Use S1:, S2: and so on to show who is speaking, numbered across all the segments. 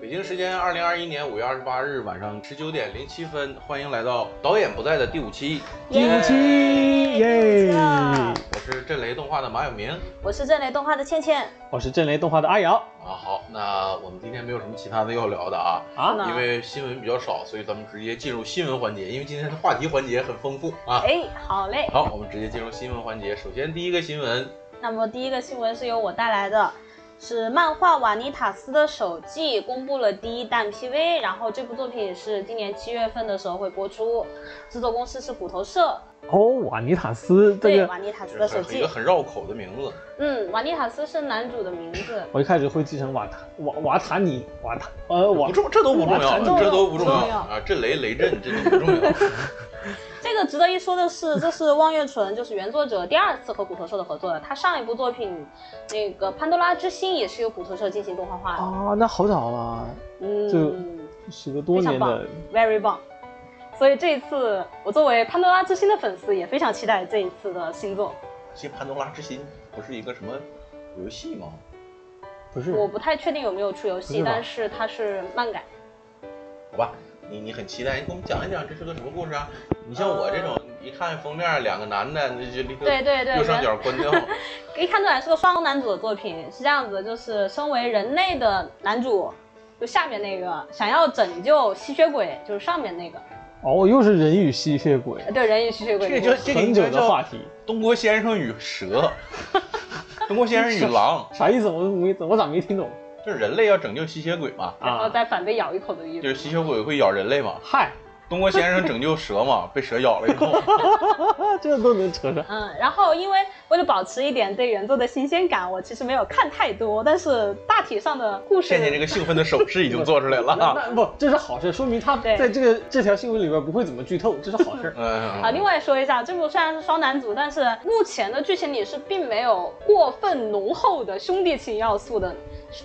S1: 北京时间二零二一年五月二十八日晚上十九点零七分，欢迎来到《导演不在》的第五期。
S2: 第五期耶！
S1: 我是震雷动画的马晓明。
S2: 哎我是震雷动画的倩倩。
S3: 我是震雷动画的阿瑶
S1: 啊，好，那我们今天没有什么其他的要聊的啊，
S2: 呢
S3: 啊，
S1: 因为新闻比较少，所以咱们直接进入新闻环节，因为今天的话题环节很丰富啊。
S2: 哎，好嘞。
S1: 好，我们直接进入新闻环节。首先第一个新闻，
S2: 那么第一个新闻是由我带来的，是漫画《瓦尼塔斯的手记》公布了第一弹 PV，然后这部作品也是今年七月份的时候会播出，制作公司是骨头社。
S3: 哦，瓦尼塔斯这
S2: 对，
S3: 个。
S2: 瓦尼塔斯
S1: 这
S2: 的
S1: 是
S2: 手
S1: 一
S2: 记
S1: 个。很绕口的名字。
S2: 嗯，瓦尼塔斯是男主的名字
S3: 我一开始会记成瓦塔瓦瓦塔尼瓦塔呃
S1: 不
S3: 瓦
S1: 重，这都不重要，
S3: 不
S2: 重要
S1: 这都不重
S2: 不重要
S1: 啊！震雷雷震，这都不 重要。
S2: 这个值得一说 的是，这是望月纯，就是原作者第二次和骨头社的合作了。他上一部作品那个《潘多拉之心》也是由骨头社进行动画化的。
S3: 啊，那好早了，
S2: 嗯
S3: 就。时隔多年
S2: 非常棒
S3: 的
S2: very 棒。所以这一次，我作为潘多拉之心的粉丝，也非常期待这一次的新作。
S1: 其实潘多拉之心不是一个什么游戏吗？
S3: 不
S1: 嗯
S3: 是
S2: 我不太确定有没有出游
S3: 不
S2: 戏，
S3: 是吧
S2: 但是它是漫改。
S1: 好吧，你你很期待，你给我们讲一讲这是个什么故事啊？你像我这种一看封面两个男的，那就立刻
S2: 嗯对对对
S1: 右上角关掉。
S2: 一看出来是个双男主的作品，是这样子的，就是身为人类的男主，就下面那个想要拯救吸血鬼，就是上面那个，
S3: 哦，又是人与吸血鬼，
S2: 呃对，人与吸血鬼。
S1: 这就这个应
S3: 很
S1: 该
S3: 久
S1: 叫
S3: 的话题，
S1: 东郭先生与蛇， 东郭先生与狼，
S3: 啥意思？我没我咋没听懂
S1: 就是人类要拯救吸血鬼嘛，
S2: 然后
S3: 啊？
S2: 再反被咬一口的意
S1: 就是
S2: 思。
S1: 吸血鬼会咬人类嘛。
S3: 嗨，
S1: 东郭先生拯救蛇嘛，被蛇咬了以 后，
S3: 啊，这都能扯上，
S2: 嗯，然后因为为了保持一点对原作的新鲜感，我其实没有看太多，但是大体上的故事
S1: 倩倩这个兴奋的手势已经做出来了
S3: 那
S1: 啊。。
S3: 那不这是好事，说明他
S2: 对
S3: 在这个这条新闻里边不会怎么剧透，这是好事
S1: 嗯，
S2: 啊，另外说一下，这部虽然是双男主，但是目前的剧情里是并没有过分浓厚的兄弟情要素的。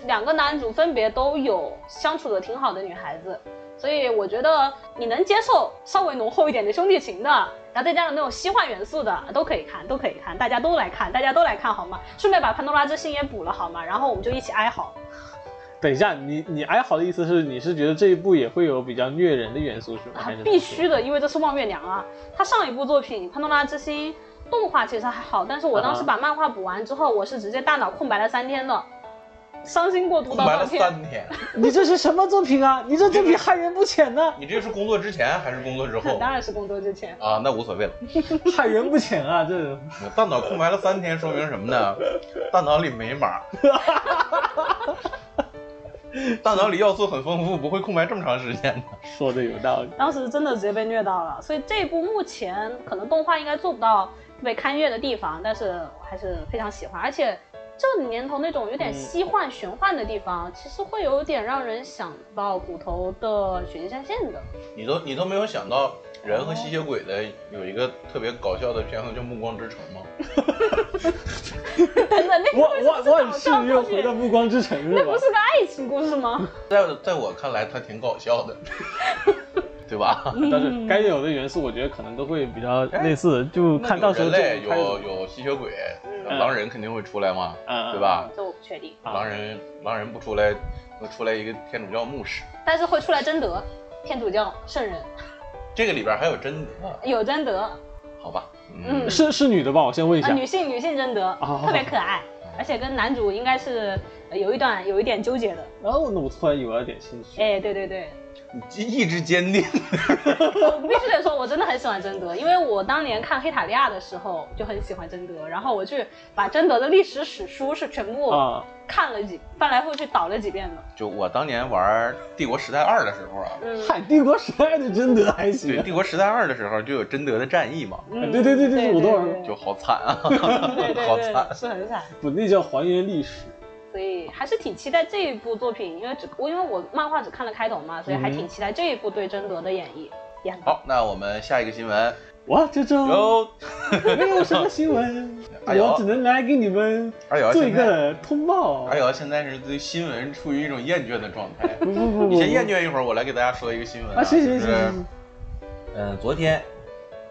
S2: 两个男主分别都有相处的挺好的女孩子，所以我觉得你能接受稍微浓厚一点的兄弟情的，然后再加上那种西化元素的，都可以看，都可以看，大家都来看，大家都来看好吗？顺便把《潘多拉之心》也补了好吗？然后我们就一起哀嚎。
S3: 等一下，你你哀嚎的意思是你是觉得这一部也会有比较虐人的元素是吗？还是
S2: 啊必须
S3: 嗯
S2: 的，因为这是望月娘啊。她上一部作品《潘多拉之心》动画其实还好，但是
S3: 嗯
S2: 我当时把漫画补完之后，我是直接大脑空白了三天的，伤心过度
S1: 空
S2: 到
S1: 白
S2: 当
S1: 了
S2: 天。
S1: 三天，
S3: 你这是什么作品 啊？你这作品害人不浅呢、
S1: 你这是工作之前还是工作之后
S2: 当然是工作之前，
S1: 啊？那无所谓了。
S3: 害人不浅啊！这
S1: 我大脑空白了三天，说明什么呢？大脑里没码，大脑里要素很丰富，不会空白这么长时间的。
S3: 说的有道理。
S2: 当时真的直接被虐到了。所以这一部目前可能动画应该做不到被勘阅的地方，但是我还是非常喜欢，而且。这年头那种有点
S3: 嗯
S2: 西幻玄幻的地方，其实会有点让人想到骨头的《血迹战线》的。
S1: 你都你都没有想到人和吸血鬼的有一个特别搞笑的片子叫《暮光之城》吗？
S2: 等等，那个
S3: 我
S2: 为什么
S3: 我
S2: 是
S3: 万
S2: 搞
S3: 事
S2: 笑
S3: 又
S2: 作品
S3: 回到暮光之城
S2: 那
S3: 是吧
S2: 不？是个爱情故事吗？
S1: 在在我看来，它挺搞笑的， 对吧？
S3: 但是该有的元素，我觉得可能都会比较类似，就看到时候
S1: 有人类
S3: 这种拍
S1: 有
S3: 的
S1: 有吸血鬼，
S2: 嗯
S1: 狼人肯定会出来嘛，
S3: 嗯
S1: 对吧？
S2: 这我不确定，
S3: 啊
S1: 狼人狼人不出来，会出来一个天主教牧师。
S2: 但是会出来贞德，天主教圣人
S1: 这个里边还有贞德，
S2: 有贞德，
S1: 好吧？
S2: 嗯，
S3: 是是女的吧？我先问一
S2: 啊
S3: 下。
S2: 女性女性贞德
S3: 啊，
S2: 特别可爱，而且跟男主应该是呃有一段有一点纠结的。
S3: 然后哦那我突然有了点兴趣。
S2: 哎，对对对，
S1: 意意志坚定。
S2: 我必须得说，我真的很喜欢贞德，因为我当年看黑塔利亚的时候就很喜欢贞德，然后我去把贞德的历史史书是全部
S3: 啊，
S2: 看了几翻来覆去倒了几遍的。
S1: 就我当年玩《帝国时代二》的时候啊，
S2: 嗯，
S3: 嗨，帝国时代的贞德还行啊
S1: 对，《帝国时代二》的时候就有贞德的战役嘛，
S2: 嗯
S3: 对对对对对我都玩
S1: 就好惨啊，
S2: 对对 对
S1: 好惨。
S2: 是很惨。
S3: 不，那叫还原历史。
S2: 所以还是挺期待这一部作品，因为只我因为我漫画只看了开头嘛，所以
S3: 嗯
S2: 还挺期待这一部对贞德的演绎。也很棒。
S1: 好，那我们下一个新闻
S3: 哇，这周
S1: 由
S3: 没有什么新闻，
S1: 哎呦哎
S3: 我只能来给你们
S1: 二瑶
S3: 做一
S1: 现在，
S3: 个通报。
S1: 二瑶现在是对新闻处于一种厌倦的状态。
S3: 不不不不，
S1: 你先厌
S3: 倦
S1: 倦一会儿，我来给大家说一个新闻
S3: 啊！行
S1: 就
S3: 行行
S1: 是
S3: 行。行
S1: 嗯，昨天、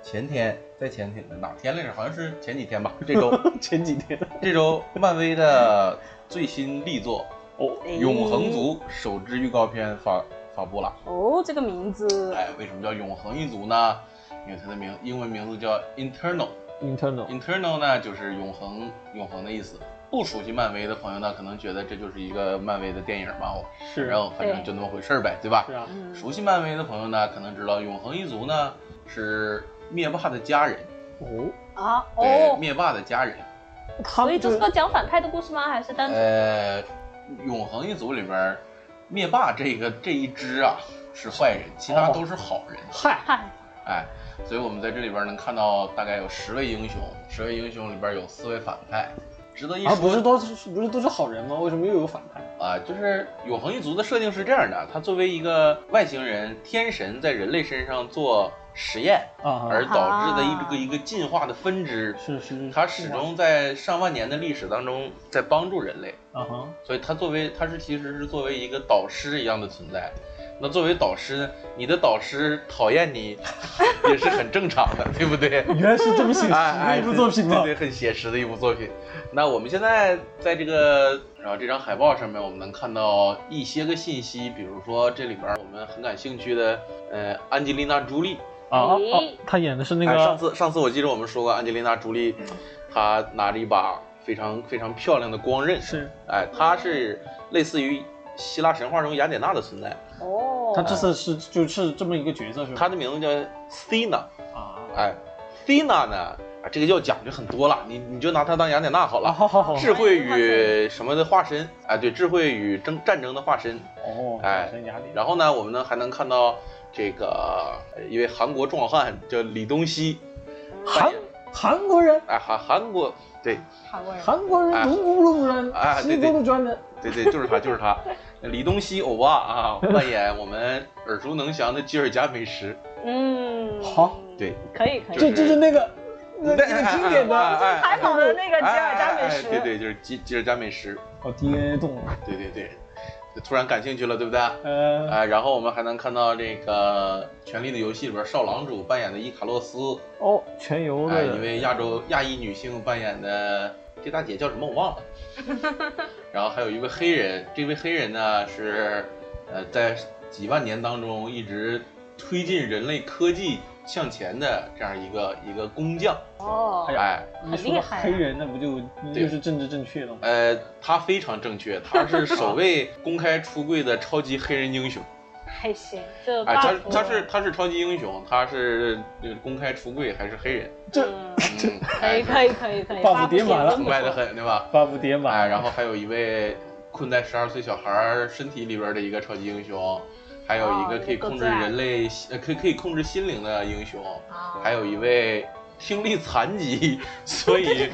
S1: 前天、在前天哪天来着？好像是前几天吧。这周，
S3: 前几天
S1: 这周漫威的最新力作
S3: 哦，
S2: 哎
S1: 永恒族》首支预告片发发布了。
S2: 哦，这个名字，
S1: 哎，为什么叫永恒一族呢？因为它的名英文名字叫 Internal。
S3: internal
S1: Internal 呢，就是永恒永恒的意思。不熟悉漫威的朋友呢，可能觉得这就是一个漫威的电影吧，我
S3: 是啊
S1: 然后反正就那么回事儿呗，对吧
S3: 是？啊，
S2: 嗯
S1: 熟悉漫威的朋友呢，可能知道永恒一族呢是灭霸的家人，
S3: 哦，
S2: 啊
S1: 对，
S2: 哦，
S1: 灭霸的家人。
S3: 他
S2: 所以这
S3: 就是
S2: 个讲反派的故事吗？还是单纯？
S1: 呃，永恒一族里边儿，灭霸这个这一支啊是坏人，其
S2: 哦
S1: 他都是好人。
S3: 嗨，
S2: 嗨，
S1: 哎，所以我们在这里边能看到大概有十位英雄，十位英雄里边有四位反派。值得一
S3: 啊
S1: 说，
S3: 不是都是不是都是好人吗？为什么又有反派？
S1: 啊，就是永恒一族的设定是这样的：他作为一个外星人天神，在人类身上做实验，
S3: 啊
S1: 而导致的一
S2: 啊
S1: 个一个进化的分支。
S3: 是是，
S1: 他始终在上万年的历史当中在帮助人类，
S3: 啊哈，
S1: 所以他作为他是其实是作为一个导师一样的存在。那作为导师，你的导师讨厌你 也是很正常的，对不对？
S3: 原来是这 么写实
S1: 哎哎
S3: 的一部作品
S1: 对
S3: 吗？
S1: 对，很写实的一部作品。那我们现在在这个然后这张海报上面，我们能看到一些个信息，比如说这里边我们很感兴趣的，呃，安吉丽娜·朱莉。
S3: 啊啊
S2: 咦
S3: 啊！他演的是那
S1: 哎上
S3: 个
S1: 次上次我记得我们说过，安吉丽娜·朱莉，她拿着一把非常非常漂亮的光刃，
S3: 是，
S1: 哎，她是类似于希腊神话中雅典娜的存在，
S2: 哦，
S3: 他这次是就是这么一个角色是吧？
S1: 她的名字叫 Cena，
S3: 啊
S1: 哎，Cena 呢，啊，这个要讲究很多了，你你就拿她当雅典娜好了
S3: 啊，。好好好，
S1: 智慧与什么的化身？哎，对，智慧与争战争的化身。
S3: 哦，
S1: 哎
S3: 神雅典
S1: 然后呢，我们呢还能看到这个呃一位韩国壮汉叫李东熙，
S3: 韩韩国人，
S1: 哎，韩韩国，对
S2: 韩国人，
S3: 韩国人
S1: 哎
S3: 蒙古鲁人
S1: 哎，对
S3: 西
S1: 对
S3: 格鲁专的，
S1: 对对，就是他，就是他，李东熙欧巴啊，扮演我们耳熟能详的吉尔加美什。
S2: 嗯，
S3: 好，
S1: 对，
S2: 可以可以，
S1: 就
S3: 这
S1: 是
S3: 就是那个那那个经
S1: 哎哎
S3: 典的，
S1: 哎哎
S2: 采访的那个吉尔加
S1: 哎哎
S2: 美
S1: 哎对
S2: 什，
S1: 对，就是吉吉尔加美什，
S3: 哦 DNA 动了，
S1: 对对对，就突然感兴趣了，对不对？
S3: 呃，
S1: 哎，然后我们还能看到这个《权力的游戏》里边少郎主扮演的伊卡洛斯，
S3: 哦，全游
S1: 哎，
S3: 的
S1: 一位亚洲亚裔女性扮演的这大姐叫什么我忘了，然后还有一位黑人，这位黑人呢是呃在几万年当中一直推进人类科技向前的这样一个一个工匠，
S2: 哦，
S1: 哎，
S3: 一
S2: 很
S3: 说
S2: 厉
S3: 到
S2: 害啊
S3: 黑人那不就
S1: 对
S3: 又是政治正确了吗？
S1: 呃，他非常正确，他是首位公开出柜的超级黑人英雄，
S2: 还行，这
S1: 哎，他
S2: buff
S1: 他是他是超级英雄，他是呃公开出柜还是黑人，
S2: 嗯
S1: 嗯，
S2: 可以可
S1: 以，
S2: 以可以可以，
S3: buff
S2: 发布
S3: 叠满
S2: 帖
S3: 了
S2: 都
S1: 崇
S2: 不
S1: 拜的
S2: 错
S1: 很，对吧？
S3: 巴布迭马，
S1: 哎，然后还有一位困在十二岁小孩儿身体里边的一个超级英雄，还哦有一个可以控制人类，呃，可以可以控制心灵的英雄，
S2: 啊
S1: 还有一位听力残疾，所 以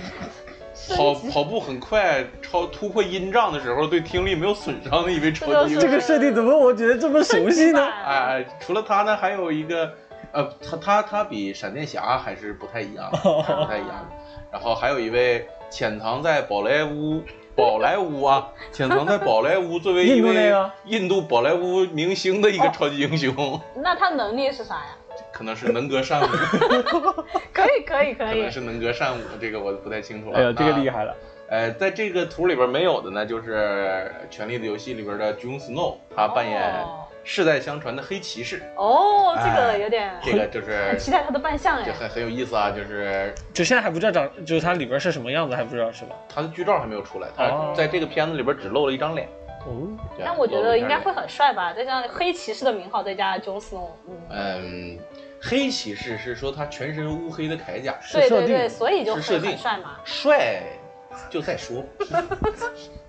S1: 跑跑步很快，超突破音障的时候对听力没有损伤的一位超级英
S3: 这
S1: 雄。
S3: 个设定怎么我觉得这么熟悉呢？
S1: 哎，哎除了他呢，还有一个，呃，他他他比闪电侠还是不太一样的。
S3: 哦
S1: 不太一样。然后还有一位潜藏在宝莱坞，宝莱坞 啊，潜藏在宝莱坞作为一
S3: 印度那
S1: 位
S3: 个
S1: 印度宝莱坞明星的一
S3: 哦
S1: 个超级英雄，
S2: 那他能力是啥呀？
S1: 可能是能歌善 舞，
S2: 可以可以可
S1: 可
S2: 以
S1: 能，是能歌善舞，这个我不太清楚了。
S3: 哎哎呀，这个厉
S1: 害！
S3: 害了，
S1: 呃，在这个图里边没有的呢，就是《权力的游戏》里边的 Jon Snow，他扮演
S2: 哦
S1: 世代相传的黑骑士，
S2: 哦，这
S1: 哎
S2: 个有点
S1: 这个就是
S2: 很期待他的扮相
S1: 就
S2: 哎，
S1: 很很有意思啊，就是
S3: 就现在还不知道长，就是它里边是什么样子还不知道是吧？
S1: 他的剧照还没有出来，
S3: 哦
S1: 他在这个片子里边只露了一张脸。
S3: 哦，
S1: 对
S2: 但我觉
S1: 露了
S2: 得
S1: 一张
S2: 应
S1: 脸
S2: 该会很帅吧，再加上黑骑士的名号，再加 Jon Snow，嗯，
S1: 嗯，黑骑士是说他全身乌黑的铠甲，
S3: 是
S2: 对
S3: 设
S2: 对
S3: 定
S2: 对，所以就会
S1: 是设定
S2: 很帅嘛。
S1: 帅就再说。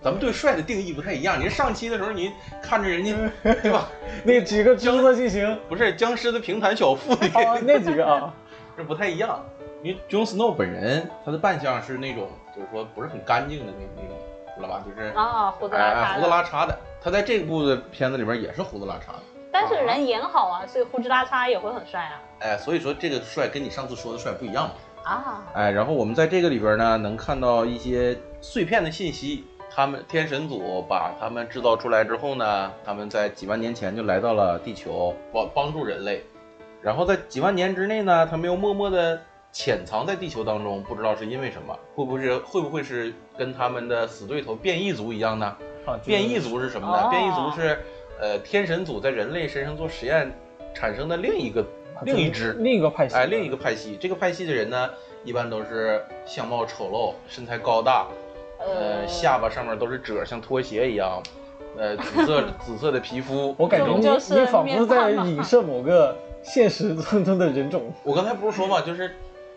S1: 咱们对帅的定义不太一样。您上期的时候，您看着人家， 对吧？
S3: 那几个角色进行，
S1: 不是僵尸的平坦小腹那
S3: 哦
S1: 个，，
S3: 那几个啊，
S1: 这不太一样。因为 Jon Snow 本人他的扮相是那种，就是说不是很干净的那那种，知道吧？就是
S2: 啊，胡子
S1: 哎
S2: 拉
S1: 哎
S2: 碴
S1: 胡子拉碴的。他在这部的片子里边也是胡子拉碴的。
S2: 但是人演好啊，所以胡子拉碴也会很帅啊。
S1: 哎，所以说这个帅跟你上次说的帅不一样嘛。
S2: 啊，
S1: 哎，然后我们在这个里边呢，能看到一些碎片的信息。他们天神组把他们制造出来之后呢，他们在几万年前就来到了地球，帮帮助人类。然后在几万年之内呢，他们又默默的潜藏在地球当中，不知道是因为什么，会不会是会不会是跟他们的死对头变异族一样呢？
S3: 啊，就是
S1: 变异族是什么
S2: 哦
S1: 呢？变异族是呃天神组在人类身上做实验产生的另一个
S3: 啊
S1: 另一
S3: 就是
S1: 支，
S3: 另一个派系，
S1: 哎，另一个派系。这个派系的人呢，一般都是相貌丑陋、身材高大，呃，下巴上面都是褶，像拖鞋一样，呃，紫 色紫色的皮肤。
S3: 我感觉
S2: 这种
S3: 你
S2: 就是
S3: 你仿佛在
S2: 面瘫嘛
S3: 影射某个现实当中的人种。
S1: 我刚才不是说嘛，就是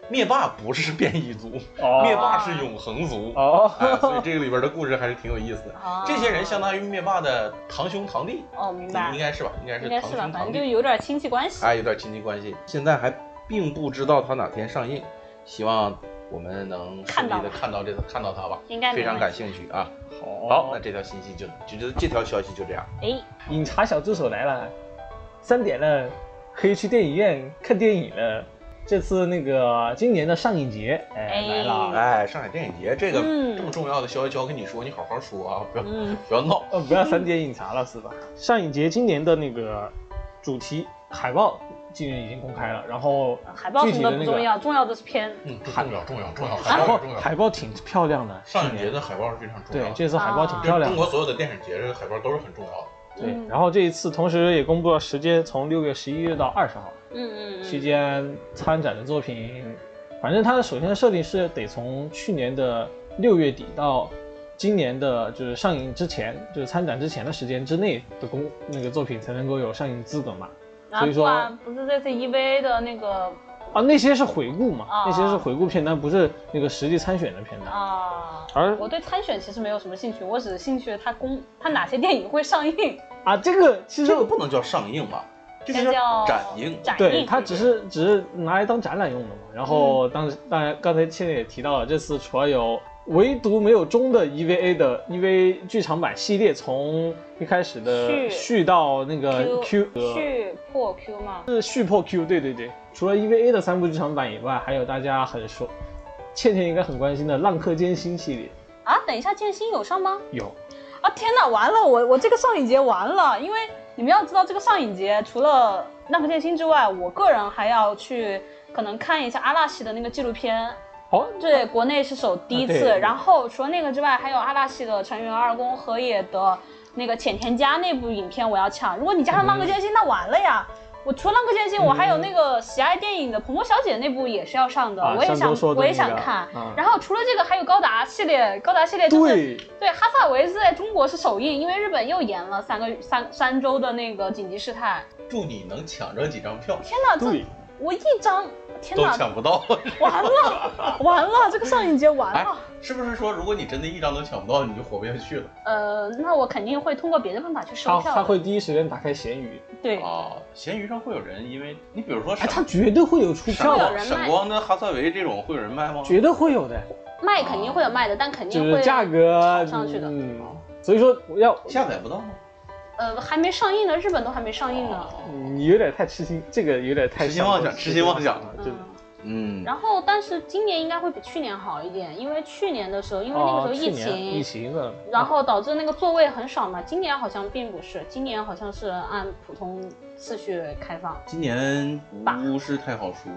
S1: 灭霸不是变异族，
S3: 哦
S1: 灭霸是永恒族。哎，所以
S3: 哦，
S1: 这个里边的故事还是挺有意思的。
S2: 啊
S1: 这些人相当于灭霸的堂兄堂弟，
S2: 哦，明白，
S1: 应该是吧？应该是
S2: 应该
S1: 堂
S2: 是
S1: 兄
S2: 吧，反
S1: 堂
S2: 正就
S1: 弟，
S2: 有点亲戚关系。
S1: 哎，有点亲戚关系。现在还并不知道它哪天上映，希望我们能顺利的看到这看到它吧，
S2: 应该没
S1: 非常
S2: 问
S1: 感
S2: 题
S1: 兴趣啊。好，
S3: 好
S1: 那这条信息就就就这条消息就这样。
S2: 哎，
S3: 饮茶小助手来了，三点了，可以去电影院看电影了。这次那个今年的上影节，哎
S2: 哎
S3: 来了，
S1: 哎，上海电影节这个
S2: 嗯
S1: 这么重要的消息交给你说，你好好说啊，不要
S2: 嗯，
S1: 不要闹。
S3: 哦不要三点饮茶了是吧？上影节今年的那个主题海报竟然已经公开了，然后
S2: 海报
S3: 具
S2: 什
S3: 体
S2: 么
S3: 的那
S2: 不重
S3: 个
S2: 要，重啊要的是片。
S1: 嗯，重要重要重要，
S3: 海
S1: 海
S3: 报
S1: 报重要。
S3: 海报挺漂亮的，
S1: 上影
S3: 今
S1: 节
S3: 年
S1: 的海报是非常重要
S3: 对
S1: 的，
S3: 这次海报挺
S2: 啊
S3: 漂
S1: 对
S3: 亮
S1: 中
S3: 的。
S1: 国所有的电影节这个海报都是很重要的。
S3: 对
S2: 嗯，
S3: 然后这一次同时也公布了时间，从六月十一日到二十号
S2: 嗯嗯嗯，嗯
S3: 期间参展的作品。反正它的首先设定是得从去年的六月底到今年的，就是上映之前，就是参展之前的时间之内的公那个作品才能够有上映资格嘛。所
S2: 然后
S3: 以
S2: 不
S3: 说
S2: 然不是这次 EVA 的那个
S3: 啊，那些是回顾嘛，
S2: 啊
S3: 那些是回顾片单，不是那个实际参选的片单。
S2: 啊，
S3: 而
S2: 我对参选其实没有什么兴趣，我只是兴趣他公他哪些电影会上映，
S3: 啊，这个其实
S1: 这个不能叫上映吧，这
S2: 该
S1: 是
S2: 叫
S1: 展映。
S2: 展
S3: 对，
S2: 映。
S3: 它只是只是拿来当展览用的嘛。然
S2: 嗯
S3: 后当时当然刚才倩倩也提到了，这次除了有唯独没有中的 EVA 的 EVA 剧场版系列，从一开始的
S2: 续
S3: 续到那个 Q 呃
S2: 去破 Q 嘛，
S3: 是续破 Q，对对对。除了 EVA 的三部剧场版以外，还有大家很熟，倩倩应该很关心的《浪客剑心》系列
S2: 啊，等一下，剑心有上吗？
S3: 有。
S2: 啊，天哪，完了，我我这个上影节完了，因为你们要知道，这个上影节除了浪客剑心之外，我个人还要去可能看一下阿拉西的那个纪录片，
S3: 哦，
S2: 对，国内是首第一
S3: 啊
S2: 次。
S3: 对
S2: 然后除了那个之外，还有阿拉西的成员二宫和也的那个浅田家那部影片我要抢。如果你加上浪客剑心，那完了呀。我除了浪客剑心，我还有那个喜爱电影的彭博小姐那部也是要上的，
S3: 啊
S2: 我也
S3: 上周
S2: 想
S3: 说的
S2: 我也
S3: 那
S2: 想
S3: 个
S2: 看。
S3: 嗯
S2: 然后除了这个，还有高达系列，高达系列就是
S3: 对，
S2: 对，哈萨维斯在中国是首映，因为日本又延了三个三三周的那个紧急事态。
S1: 祝你能抢着几张票，
S2: 天哪，
S3: 对
S2: 这我一张，天
S1: 都
S2: 哪，
S1: 抢不到。
S2: 完了，完了，这个上影节完
S1: 哎
S2: 了。，
S1: 是不是说如果你真的一张都抢不到，你就活不下去了
S2: 呃，那我肯定会通过别的办法去收
S3: 啊他
S2: 票的。
S3: 他会哦第一时间打开闲鱼，
S2: 对，
S1: 啊？闲鱼上会有人，因为你比如说
S3: 哎，
S1: 闪
S3: 他绝对会有出
S1: 闪
S3: 票
S2: 会有
S3: 的，
S1: 光
S2: 人卖
S1: 闪光的哈萨维这种会有人卖吗？
S3: 绝对会有的。
S2: 卖肯定会有卖的，但肯定
S3: 哦就
S2: 会
S3: 是价格
S2: 炒上去的。
S3: 嗯，所以说我要
S1: 下载不到吗？
S2: 呃，还没上映呢，日本都还没上映呢。
S1: 哦
S3: 你有点太痴心，这个有点太
S1: 痴心妄想痴心妄想
S3: 了，真
S2: 嗯
S3: 的。，
S1: 嗯，
S2: 然后但是今年应该会比去年好一点，因为去年的时嗯候，因为那个时候
S3: 哦去
S2: 疫
S3: 年疫
S2: 情，
S3: 情的，
S2: 然后导致那个座位很少嘛。今年好像并不是，今年好像是按普通次序开放
S1: 今年
S2: 吧
S1: 不是太好说，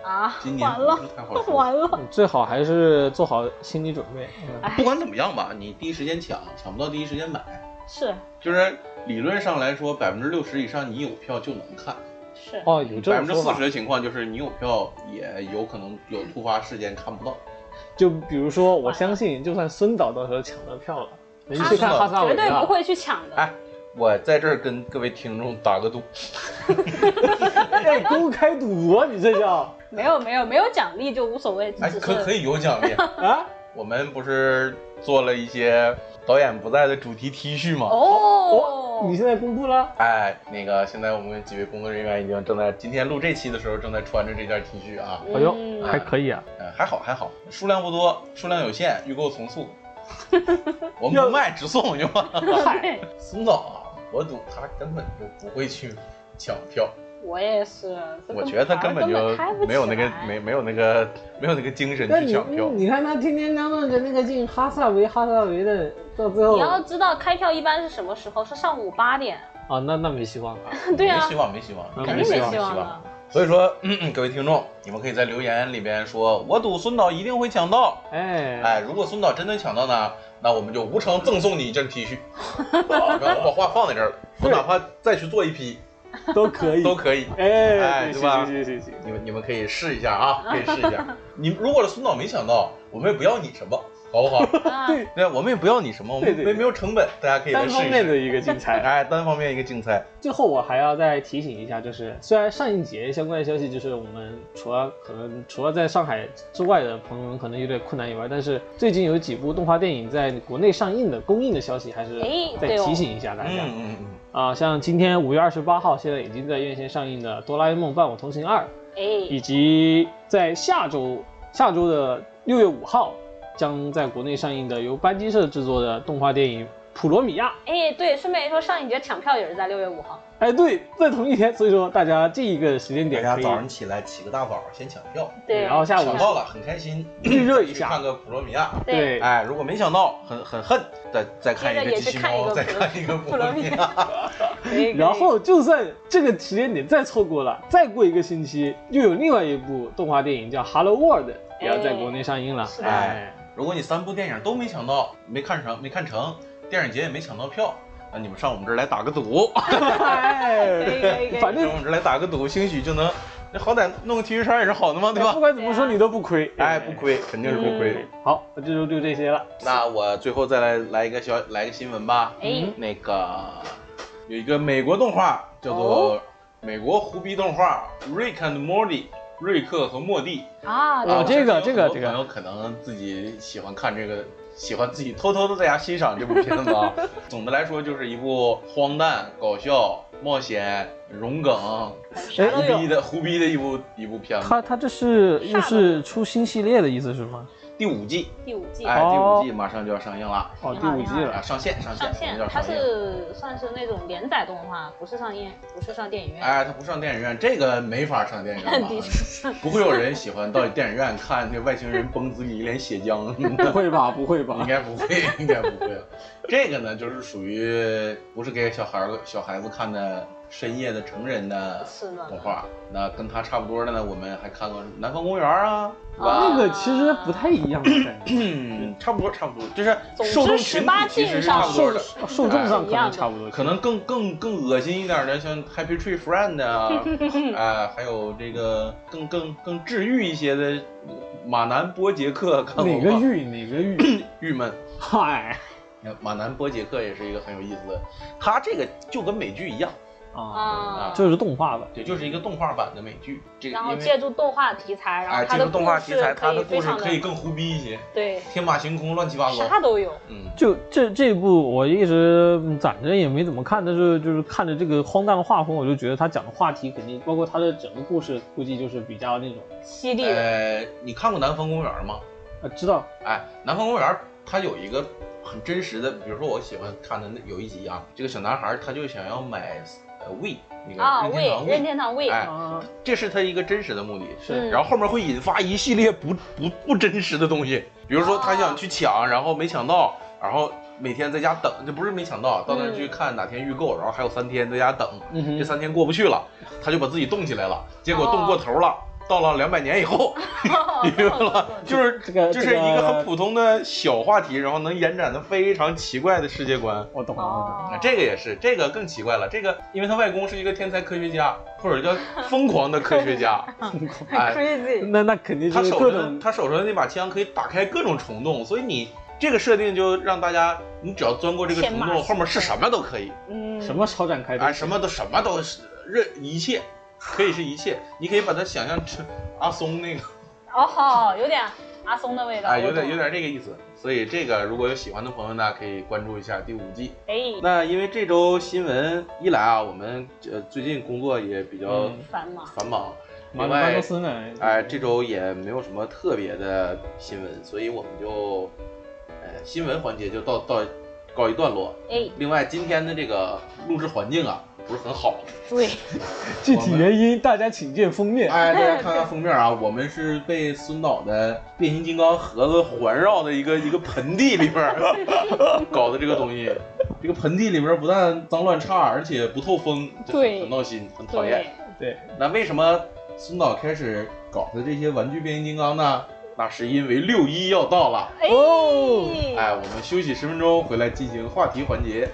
S2: 啊，
S1: 今年
S2: 完
S1: 不
S2: 了，
S1: 是太好说。
S2: 完了，
S3: 嗯最好还是做好心理准备。
S2: 哎
S3: 嗯
S1: 不管怎么样吧，你第一时间抢，抢不到第一时间买，
S2: 是
S1: 就是理论上来说，百分之六十以上你有票就能看。
S2: 是，
S3: 哦，有这
S1: 百分
S3: 种
S1: 之
S3: 说
S1: 四
S3: 法
S1: 十，的情况就是你有票也有可能有突发事件看不到。
S3: 就比如说，我相信，就算孙导到时候抢到票了，人去看哈萨
S2: 绝
S3: 维
S2: 对不
S3: 了，
S2: 会去抢的。
S1: 哎，我在这儿跟各位听众打个赌，
S2: 啊
S3: 哎，公开赌博，你这叫
S2: 没有没有没有奖励就无所谓，
S1: 哎
S2: 只，是
S1: 可可以有奖励。
S3: 啊？
S1: 我们不是做了一些导演不在的主题 T 恤吗？
S2: 哦
S3: 哦，，你现在公布了，
S1: 哎，那个现在我们几位工作人员已经正在今天录这期的时候正在穿着这件 T 恤啊，
S2: 嗯
S3: 哎呦，还可以啊，
S1: 呃，还好还好，数量不多，数量有限，预购从 速。我们
S3: 要
S1: 不卖直送行吗？
S3: 嗨，
S1: 孙总啊，我赌他根本就不会去抢票。
S2: 我也是，这
S1: 我
S2: 个
S1: 觉得他
S2: 牌儿
S1: 根本就
S2: 开不
S1: 没有那
S2: 起
S1: 个
S2: 来嗯
S1: 没没有那个没有那个精神
S3: 那
S1: 去
S3: 你
S1: 抢票。
S3: 你看他天天嚷嚷着那个进哈萨维哈萨维的，到最后
S2: 你要知道开票一般是什么时候？是上午八点。
S3: 啊，那那没希望 了。
S2: 对啊
S1: 没希望，没希望，
S3: 肯
S2: 定
S1: 没希
S2: 没
S1: 望，
S2: 希
S1: 没
S2: 望
S1: 希望
S2: 了。
S1: 所以说，嗯嗯各位听众，你们可以在留言里边说，我赌孙导一定会抢到。
S3: 哎
S1: 哎，如果孙导真的抢到呢，那我们就无偿赠送你一件 T 恤。啊然后我把话放在这儿了，我
S3: 对
S1: 哪怕再去做一批
S3: 都可以，
S1: 都可以。
S3: 哎，
S1: 哎
S3: 对
S1: 对吧
S3: 行行行行行，
S1: 你们你们可以试一下 啊，可以试一下。你如果是孙导没想到，我们也不要你什么，好 不好？
S2: 啊，
S3: 对
S1: 对，我们也不要你什么，我们
S3: 对对
S1: 没
S3: 对
S1: 没有成本，大家可以来
S3: 单
S1: 试
S3: 方
S1: 一
S3: 面
S1: 试。
S3: 的一个竞 猜。
S2: 哦
S1: 哎，单方面一个竞猜，
S3: 最后我还要再提醒一下，就是虽然上一节相关的消息，就是我们除了可能除了在上海之外的朋友们可能有点困难以外，但是最近有几部动画电影在国内上映的公映的消息，还是
S2: 哎
S3: 再
S2: 对哦
S3: 提醒一下大
S1: 嗯
S3: 家。
S1: 嗯嗯，
S3: 啊，像今天五月二十八号，现在已经在院线上映的《哆啦 A 梦伴我同行二》，以
S2: 哎，
S3: 及在下周下周的六月五号将在国内上映的由班机社制作的动画电影《普罗米亚》。
S2: 哎，对，顺便一说，上一节抢票也是在六月五号，
S3: 哎，对，在同一天，所以说大家这一个时间
S1: 大
S3: 点
S1: 家
S3: 可以
S1: 早上起来起个大早，先抢票，
S2: 对，
S3: 然后下午
S1: 抢到了很开心，
S3: 预热一
S1: 去
S3: 下
S1: 看个普罗米亚。
S2: 对，
S3: 对，
S1: 哎，如果没想到，很很恨，再再看一
S2: 接着
S1: 个
S2: 也
S1: 机
S2: 去
S1: 器
S2: 看一
S1: 猫，
S2: 个
S1: 再
S2: 普罗
S1: 看一个普罗米亚。
S2: 可以可以
S3: 然后就算这个时间点再错过了，再过一个星期又有另外一部动画电影叫《Hello World》，也要在国内上映了。
S2: 是 的
S3: 哎，
S1: 如果你三部电影都没抢到，没看成，没看成，电影节也没抢到票，那你们上我们这儿来打个赌，
S2: 可
S3: 哎
S2: 以可以可以，
S3: 反
S1: 上
S3: 正
S1: 我们这儿来打个赌，兴许就能，那好歹弄个 T 恤衫也是好的嘛，对
S3: 不
S1: 吧？
S3: 管怎么说
S2: 对啊
S3: 你都不亏，
S1: 哎，不亏，肯定是不亏。
S2: 嗯
S3: 好，那这周就这些了。
S1: 那我最后再来来一个小来一个新闻吧。
S2: 哎
S1: 那个有一个美国动画叫
S2: 哦
S1: 做美国胡逼动画《Rick and Morty》，瑞克和莫蒂。
S2: 啊，
S3: 哦
S1: 啊，
S3: 这个
S1: 我相信有很多
S3: 这个这个
S1: 朋友可能自己喜欢看这个，喜欢自己偷偷的在家欣赏这部片子啊。总的来说，就是一部荒诞、搞笑、冒险、融梗、
S3: 哎
S2: 啥都
S1: 胡逼
S2: 有，
S1: 的胡逼的一部一部片子。
S3: 他他这是
S2: 煞
S3: 又是出新系列的意思是吗？
S1: 第五季，
S2: 第五季
S1: 哎，第
S3: 哦
S1: 五季马上就要上映了，
S3: 哦，
S2: 挺
S3: 第
S2: 好
S3: 五季
S2: 挺好
S1: 啊，
S3: 了。
S1: 上线上线，
S2: 上
S1: 我们
S2: 线
S1: 就要，
S2: 它
S1: 上映。
S2: 是算是那种连载动画，不是上映， 不是上电影院，
S1: 哎，它不上电影院，这个没法上电影院
S2: 的
S1: 了。
S2: 确，
S1: 不会有人喜欢到电影院看这外星人崩自己一脸血浆，
S3: 不会吧？不会
S1: 应
S3: 吧？
S1: 该不会，应该不会。啊这个呢，就是属于不是给小孩儿小孩子看的深夜的成人的
S2: 是的
S1: 动画。那跟它差不多的呢，我们还看过《南方公园》啊，对吧？
S3: 那个其实不太一样的感 觉，
S1: 嗯，差不多，差不多，就是
S2: 总之
S1: 受众群体
S2: 18
S1: 其实
S2: 禁
S1: 是差
S2: 上
S1: 不多的。
S3: 哦受众上可能差不多，
S1: 可能更更更恶心一点的，像 Happy Tree Friend 啊，哎，还有这个更更更治愈一些的马南波杰克，看过吗
S3: 哪个郁哪个郁，
S1: 郁闷？
S3: 嗨
S1: 马南波杰克也是一个很有意思的，他这个就跟美剧一样，
S3: 啊，
S2: 啊，
S3: 就是动画吧。
S1: 对，就是一个动画版的美剧。这个
S2: 然后
S1: 因为
S2: 借助动画题材，然
S1: 哎，
S2: 后它
S1: 这
S2: 的
S1: 个动画题材，它
S2: 可
S1: 的
S2: 以非
S1: 故事
S2: 常
S1: 可以更胡逼一些，
S2: 对，
S1: 天马行空，乱七八糟。
S2: 啥都有，
S1: 嗯，
S3: 就这这一部我一直嗯攒着也没怎么看，但是就是看着这个荒诞的画风，我就觉得他讲的话题肯定，包括他的整个故事，估计就是比较那种，
S2: 犀利的，
S1: 呃，你看过《南方公园》吗？
S3: 呃，知道
S1: 哎，《南方公园》它有一个很真实的，比如说我喜欢看的那有一集啊，这个小男孩儿他就想要买呃 w 那
S2: 啊，
S1: 个任天堂，
S2: 喂任
S1: w
S2: 天堂喂，
S1: 哎
S3: 啊，
S1: 这是他一个真实的目的。
S3: 是
S2: 嗯
S1: 然后后面会引发一系列不不不真实的东西，比如说他想去抢，然后没抢到，然后每天在家等，这不是没抢到，到那儿去看哪天预购，然后还有三天在家等，
S3: 嗯哼
S1: 这三天过不去了，他就把自己冻起来了，结果冻过头了。到了两百年以后， 明白了，就是
S3: 这个
S1: 就是
S3: 这
S1: 一
S3: 个
S1: 个很普通的小话题，然后能延展的非常奇怪的世界观。
S3: 我懂了，我懂了。
S2: 哦
S1: 啊，，这个也是，这个更奇怪了。这个，因为他外公是一个天才科学家，或者叫疯狂的科学家， 哎，
S2: crazy，
S3: 那那肯定
S1: 他
S3: 就是
S1: 手
S3: 各
S1: 上的
S3: 种
S1: 他手上的那把枪可以打开各种虫洞，所以你这个设定就让大家，你只要钻过这个虫
S2: 天马
S1: 洞，
S2: 行
S1: 后面是什么都可以，
S2: 嗯，
S3: 什么超展开
S1: 哎，什么都什么都是，任一切可以是一切，你可以把它想象成阿松那个，
S2: 哦吼，有点阿松的味道，
S1: 哎，
S2: 我
S1: 有点
S2: 懂
S1: 有，点这个意思。所以这个如果有喜欢的朋友呢，可以关注一下第五季。
S2: 哎，
S1: 那因为这周新闻一来啊，我们呃最近工作也比较
S3: 嗯
S2: 烦嘛，
S1: 繁忙，另
S3: 马里巴
S1: 外
S3: 多斯呢？
S1: 哎这周也没有什么特别的新闻，所以我们就呃新闻环节就到到告一段落。
S2: 哎，
S1: 另外今天的这个录制环境啊不是很好，
S2: 对，
S3: 具体原因大家请见封面。
S1: 哎大家看看封面啊，我们是被孙导的变形金刚盒子环绕的一个一个盆地里边儿 搞的这个东西。这个盆地里边儿不但脏乱差，而且不透风，就是
S2: 对
S1: 很闹心，很讨厌
S2: 对。，
S3: 对，
S1: 那为什么孙导开始搞的这些玩具变形金刚呢？那是因为六一要到了。
S2: 哎
S3: 哦
S1: 哎，我们休息十分钟，回来进行话题环节。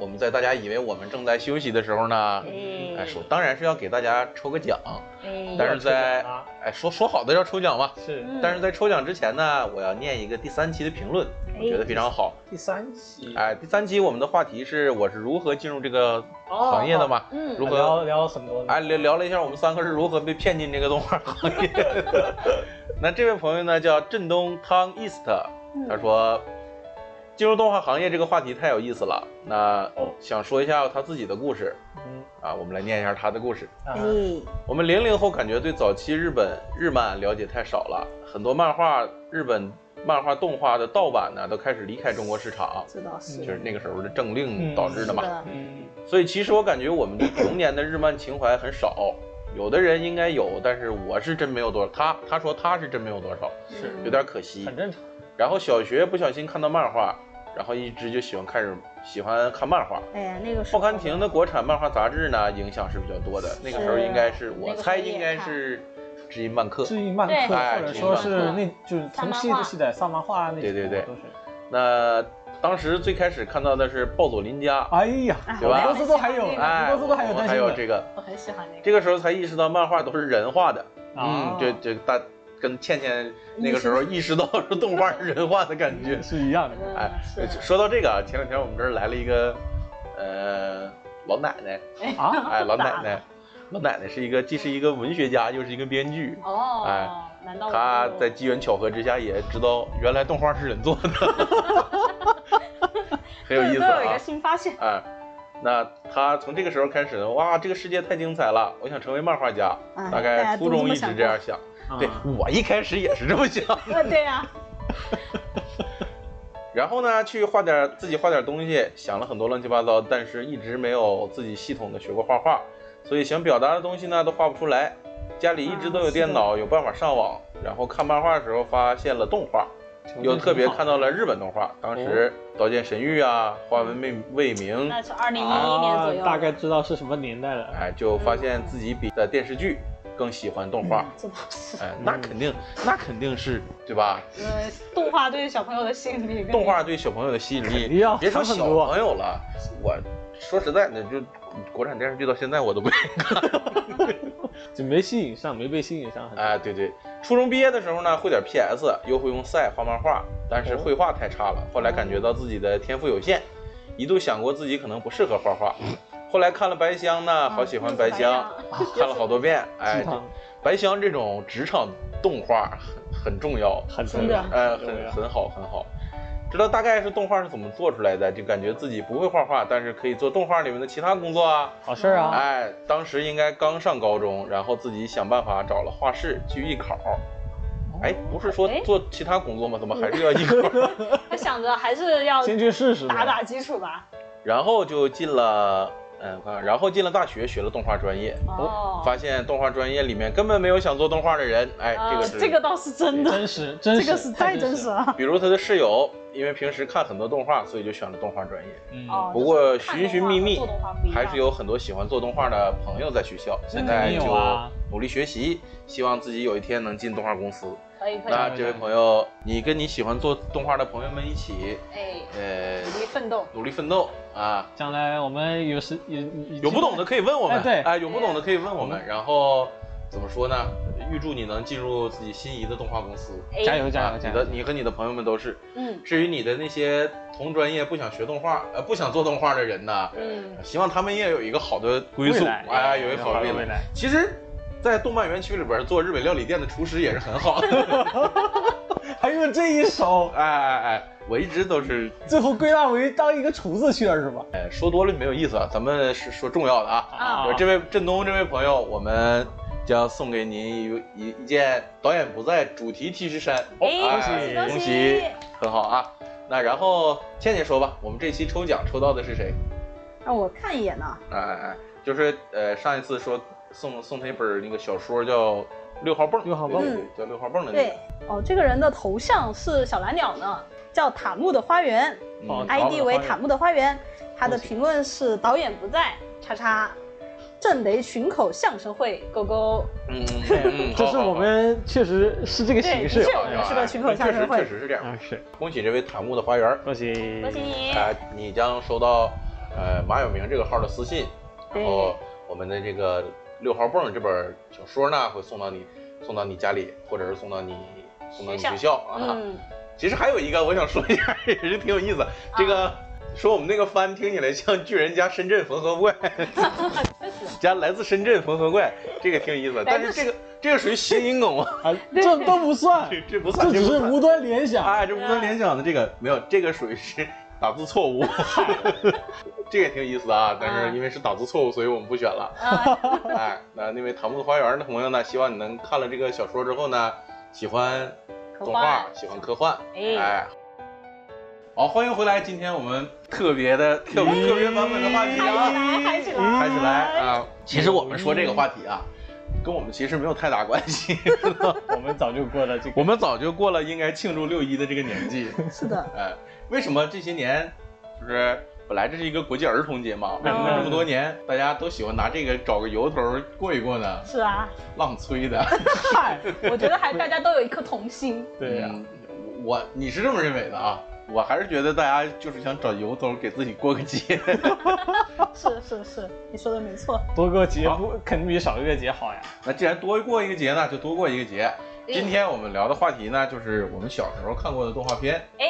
S1: 我们在大家以为我们正在休息的时候呢，
S2: 嗯
S1: 哎，说当然是要给大家抽个奖，
S2: 哎
S1: 但是在
S3: 啊
S1: 哎说说好的要抽奖嘛。
S3: 是
S2: 嗯
S1: 但是在抽奖之前呢，我要念一个第三期的评论，我觉得非常好。
S3: 第三期，
S1: 哎，第三期我们的话题是我是如何进入这个
S3: 哦，
S1: 行业的嘛？
S2: 嗯，
S1: 如何
S3: 聊聊很多呢
S1: 哎，聊聊了一下我们三个是如何被骗进这个动画行业的。 那这位朋友呢叫振东汤 East，
S2: 嗯
S1: 他说进入动画行业这个话题太有意思了，那想说一下他自己的故事
S3: 嗯
S1: 啊，我们来念一下他的故事。
S3: 啊
S2: 哎，
S1: 我们零零后感觉对早期日本日漫了解太少了，很多漫画日本漫画动画的盗版呢都开始离开中国市场，
S2: 这倒是，
S1: 就是那个时候的政令导致的嘛。
S2: 的，
S3: 嗯
S1: 所以其实我感觉我们对童年的日漫情怀很少， 有的人应该有，但是我是真没有多少。他他说他是真没有多少，
S3: 是
S2: 嗯
S1: 有点可惜
S3: 很。正常，
S1: 然后小学不小心看到漫画，然后一直就喜欢开始喜欢看漫画。
S2: 哎呀，那个时
S1: 报
S2: 候
S1: 刊亭的国产漫画杂志呢，影响是比较多的。那个时候应该是我猜应该是知音漫客。
S3: 至于漫
S2: 对
S3: 客或者说是
S1: 哎
S3: 那就是同期的系的萨满画啊那
S1: 对
S3: 些
S1: 对对
S3: 都是，
S1: 那当时最开始看到的是暴走邻家，
S3: 哎呀，
S2: 哎
S1: 对吧
S3: 公司都还有，
S2: 我
S1: 哎，
S3: 公司都还有
S1: 我们
S3: 担
S1: 还
S3: 心
S1: 有
S3: 的
S1: 这个，
S2: 我很喜欢那个，
S1: 这个时候才意识到漫画都是人画的。
S3: 啊
S1: 嗯，这这大跟倩倩那个时候意识到是动画是人画的感觉。
S3: 是一样的，
S2: 嗯
S1: 哎，
S2: 是，
S1: 说到这个啊，前两天我们这儿来了一个，呃，老奶奶，
S3: 啊
S1: 哎，老奶
S2: 咋了
S1: 奶，老奶奶是一个既是一个文学家，又是一个编剧。
S2: 哦，
S1: 哎
S2: 难道我
S1: 她
S2: 没有
S1: 在机缘巧合之下也知道原来动画是人做的，很有意思
S2: 都有一
S1: 啊
S2: 个。新发现，
S1: 哎，那她从这个时候开始，哇，这个世界太精彩了，我想成为漫画家。
S2: 哎
S1: 大概初中一直这样，想， 对
S3: 啊
S1: 我一开始也是这么想。
S2: 大家都这么想过呃，对呀，
S1: 然后呢，去画点自己画点东西，想了很多乱七八糟，但是一直没有自己系统的学过画画，所以想表达的东西呢都画不出来。家里一直都有电脑，有办法上网。然后看漫画的时候发现了动画，
S3: 嗯
S1: 又特别看到了日本动画，当时刀剑神域啊，花纹未未明，
S2: 那是二零一一年左右，
S3: 啊大概知道是什么年代了，啊
S1: 哎，就发现自己比在电视剧更喜欢动画。
S2: 这倒是，
S1: 哎，那肯定，那肯定是对吧？
S2: 呃，动画对小朋友的吸引力，嗯
S1: 动画对小朋友的吸引
S3: 肯定
S1: 力
S3: 要，
S1: 别说
S3: 强
S1: 小
S3: 很多
S1: 朋友了，我说实在的，就国产电视剧到现在我都 没
S3: 就没吸引上，没被吸引上，
S1: 哎，对对，初中毕业的时候呢，会点 PS，又会用赛画漫画，但是
S3: 哦
S1: 绘画太差了，后来感觉到自己的天赋有限，一度想过自己可能不适合画画。后来看了白香呢，好喜欢白香，
S2: 啊
S1: 看了好多遍。哎
S3: 经，常
S1: 白香这种职场动画很很重要，
S3: 很
S2: 真的
S1: 哎，
S3: 重要
S1: 很很好，很好。知道大概是动画是怎么做出来的，就感觉自己不会画画，但是可以做动画里面的其他工作啊。
S3: 好事儿啊，
S1: 哎，当时应该刚上高中，然后自己想办法找了画室去艺考。哎，不是说
S2: 哦哎
S1: 做其他工作吗？怎 么还是要艺考？
S2: 他想着还是要
S3: 先去试试吧
S2: 打打基础吧，
S1: 然后就进了，嗯，我看看，然后进了大学，学了动画专业，
S2: 哦，
S1: 发现动画专业里面根本没有想做动画的人。哎，这
S2: 呃
S1: 个是
S2: 这个倒是真的，
S3: 真实真实，
S2: 这个是太真实，了，
S1: 比如他的室友，因为平时看很多动画，所以就选了动画专业。
S3: 嗯，
S2: 哦，
S1: 不过
S2: 就是看
S1: 寻寻觅觅
S2: 动画和做动画不一样
S1: 还是有很多喜欢做动画的朋友在学校，现在就
S3: 嗯肯定有啊
S1: 努力学习，希望自己有一天能进动画公司。
S2: 可以可以，
S1: 那这位朋友，你跟你喜欢做动画的朋友们一起，
S2: 哎，
S1: 呃，
S2: 努力奋斗，
S1: 努力奋斗啊！
S3: 将来我们有时有
S1: 有不懂的，可以问我们，
S3: 哎对嗯
S1: 哎，有不懂的可以问我们。然后怎么说呢？预祝你能进入自己心仪的动画公司。
S2: 哎
S3: 加，油加
S1: 啊
S3: 油，加
S1: 你
S3: 油
S1: 的！你和你的朋友们都是。
S2: 嗯
S1: 至于你的那些同专业不想学动画，呃，不想做动画的人呢，
S2: 嗯，
S1: 希望他们也有一个好的归宿，哎，有一个好的未来。
S3: 来。
S1: 其实，在动漫园区里边做日本料理店的厨师也是很 好的。
S3: 还有这一手，
S1: 哎哎哎，我一直都是，
S3: 最后归纳为当一个厨子去了是吧？
S1: 哎，说多了没有意思啊。咱们是说重要的啊。
S2: 啊
S1: 这位振东这位朋友，我们将送给您一一一件导演不在主题 T 恤衫。
S2: 哎
S1: 哎
S2: 恭喜恭
S1: 恭
S2: 喜
S1: 喜，很好啊。那然后倩倩说吧，我们这期抽奖抽到的是谁？
S2: 让我看一眼呢，
S1: 哎哎哎，就是呃上一次说送送他一本那个小说叫《六号泵》，
S3: 六号泵
S1: 对对对叫六号泵的那
S2: 对
S1: 个。，
S2: 哦，这个人的头像是小蓝鸟呢，叫塔木的花园
S1: 嗯
S3: 哦
S2: ，ID 为
S3: 塔木的花园
S2: 塔木的花园。他的
S3: 恭喜
S2: 评论是导演不在，叉叉。正雷群口相声会，狗狗
S1: 嗯嗯，
S3: 这是我们确实是这个形式
S2: 对
S3: 啊
S2: 我们是个群口相
S1: 哎确实
S2: 声会
S1: 确实是这样。
S3: 啊，是，
S1: 恭喜这位坦木的花园，
S3: 恭喜，
S2: 恭喜你，
S1: 啊、你将收到呃马有明这个号的私信，然后我们的这个六号泵这本小说呢会送到你送到你家里，或者是送到你送到你
S2: 学校
S1: 学校啊。
S2: 嗯，
S1: 其实还有一个我想说一下，也是挺有意思，这个。说我们那个番听起来像巨人加深圳缝合怪，
S2: 真是
S1: 加来自深圳缝合怪，这个挺有意思。但是这个这个属于谐音梗吗？
S3: 啊，这都不 算，
S1: 这这不算，
S3: 这只是
S1: 不算
S3: 无端 联想，
S1: 啊，这无端联想的这个没有，这个属于是打字错误， 这个也挺有意思啊。但是因为是打字错误，所以我们不选了。
S2: 啊，
S1: 哎，那那位唐木的花园的朋友呢，希望你能看了这个小说之后呢，喜欢
S2: 科
S1: 动画
S2: 幻，，
S1: 喜欢科幻，
S2: 哎
S1: 哎。好，欢迎回来！今天我们特别的
S2: 哎
S1: 特别特别版本的话题
S2: 嗨
S1: 啊，
S2: 嗨嗨起来
S1: 嗨起来
S2: 哎
S1: 啊！其实我们说这个话题啊，跟我们其实没有太大关 系，
S3: 我们早就过了这个
S1: 我们早就过了应该庆祝六一的这个年纪。
S2: 是的，
S1: 哎，为什么这些年就是本来这是一个国际儿童节嘛，为什么这么多年大家都喜欢拿这个找个由头儿过一过呢？
S2: 是啊，
S1: 浪催的，
S2: 嗨，我觉得还大家都有一颗童心，
S3: 对啊呀、
S1: 嗯我你是这么认为的啊？我还是觉得大家就是想找由头儿给自己过个节。
S2: 是是是，你说的没错，
S3: 多个节不肯定比少一个节好呀。
S1: 那既然多过一个节呢，就多过一个节。今天我们聊的话题呢，就是我们小时候看过的动画片。
S2: 哎，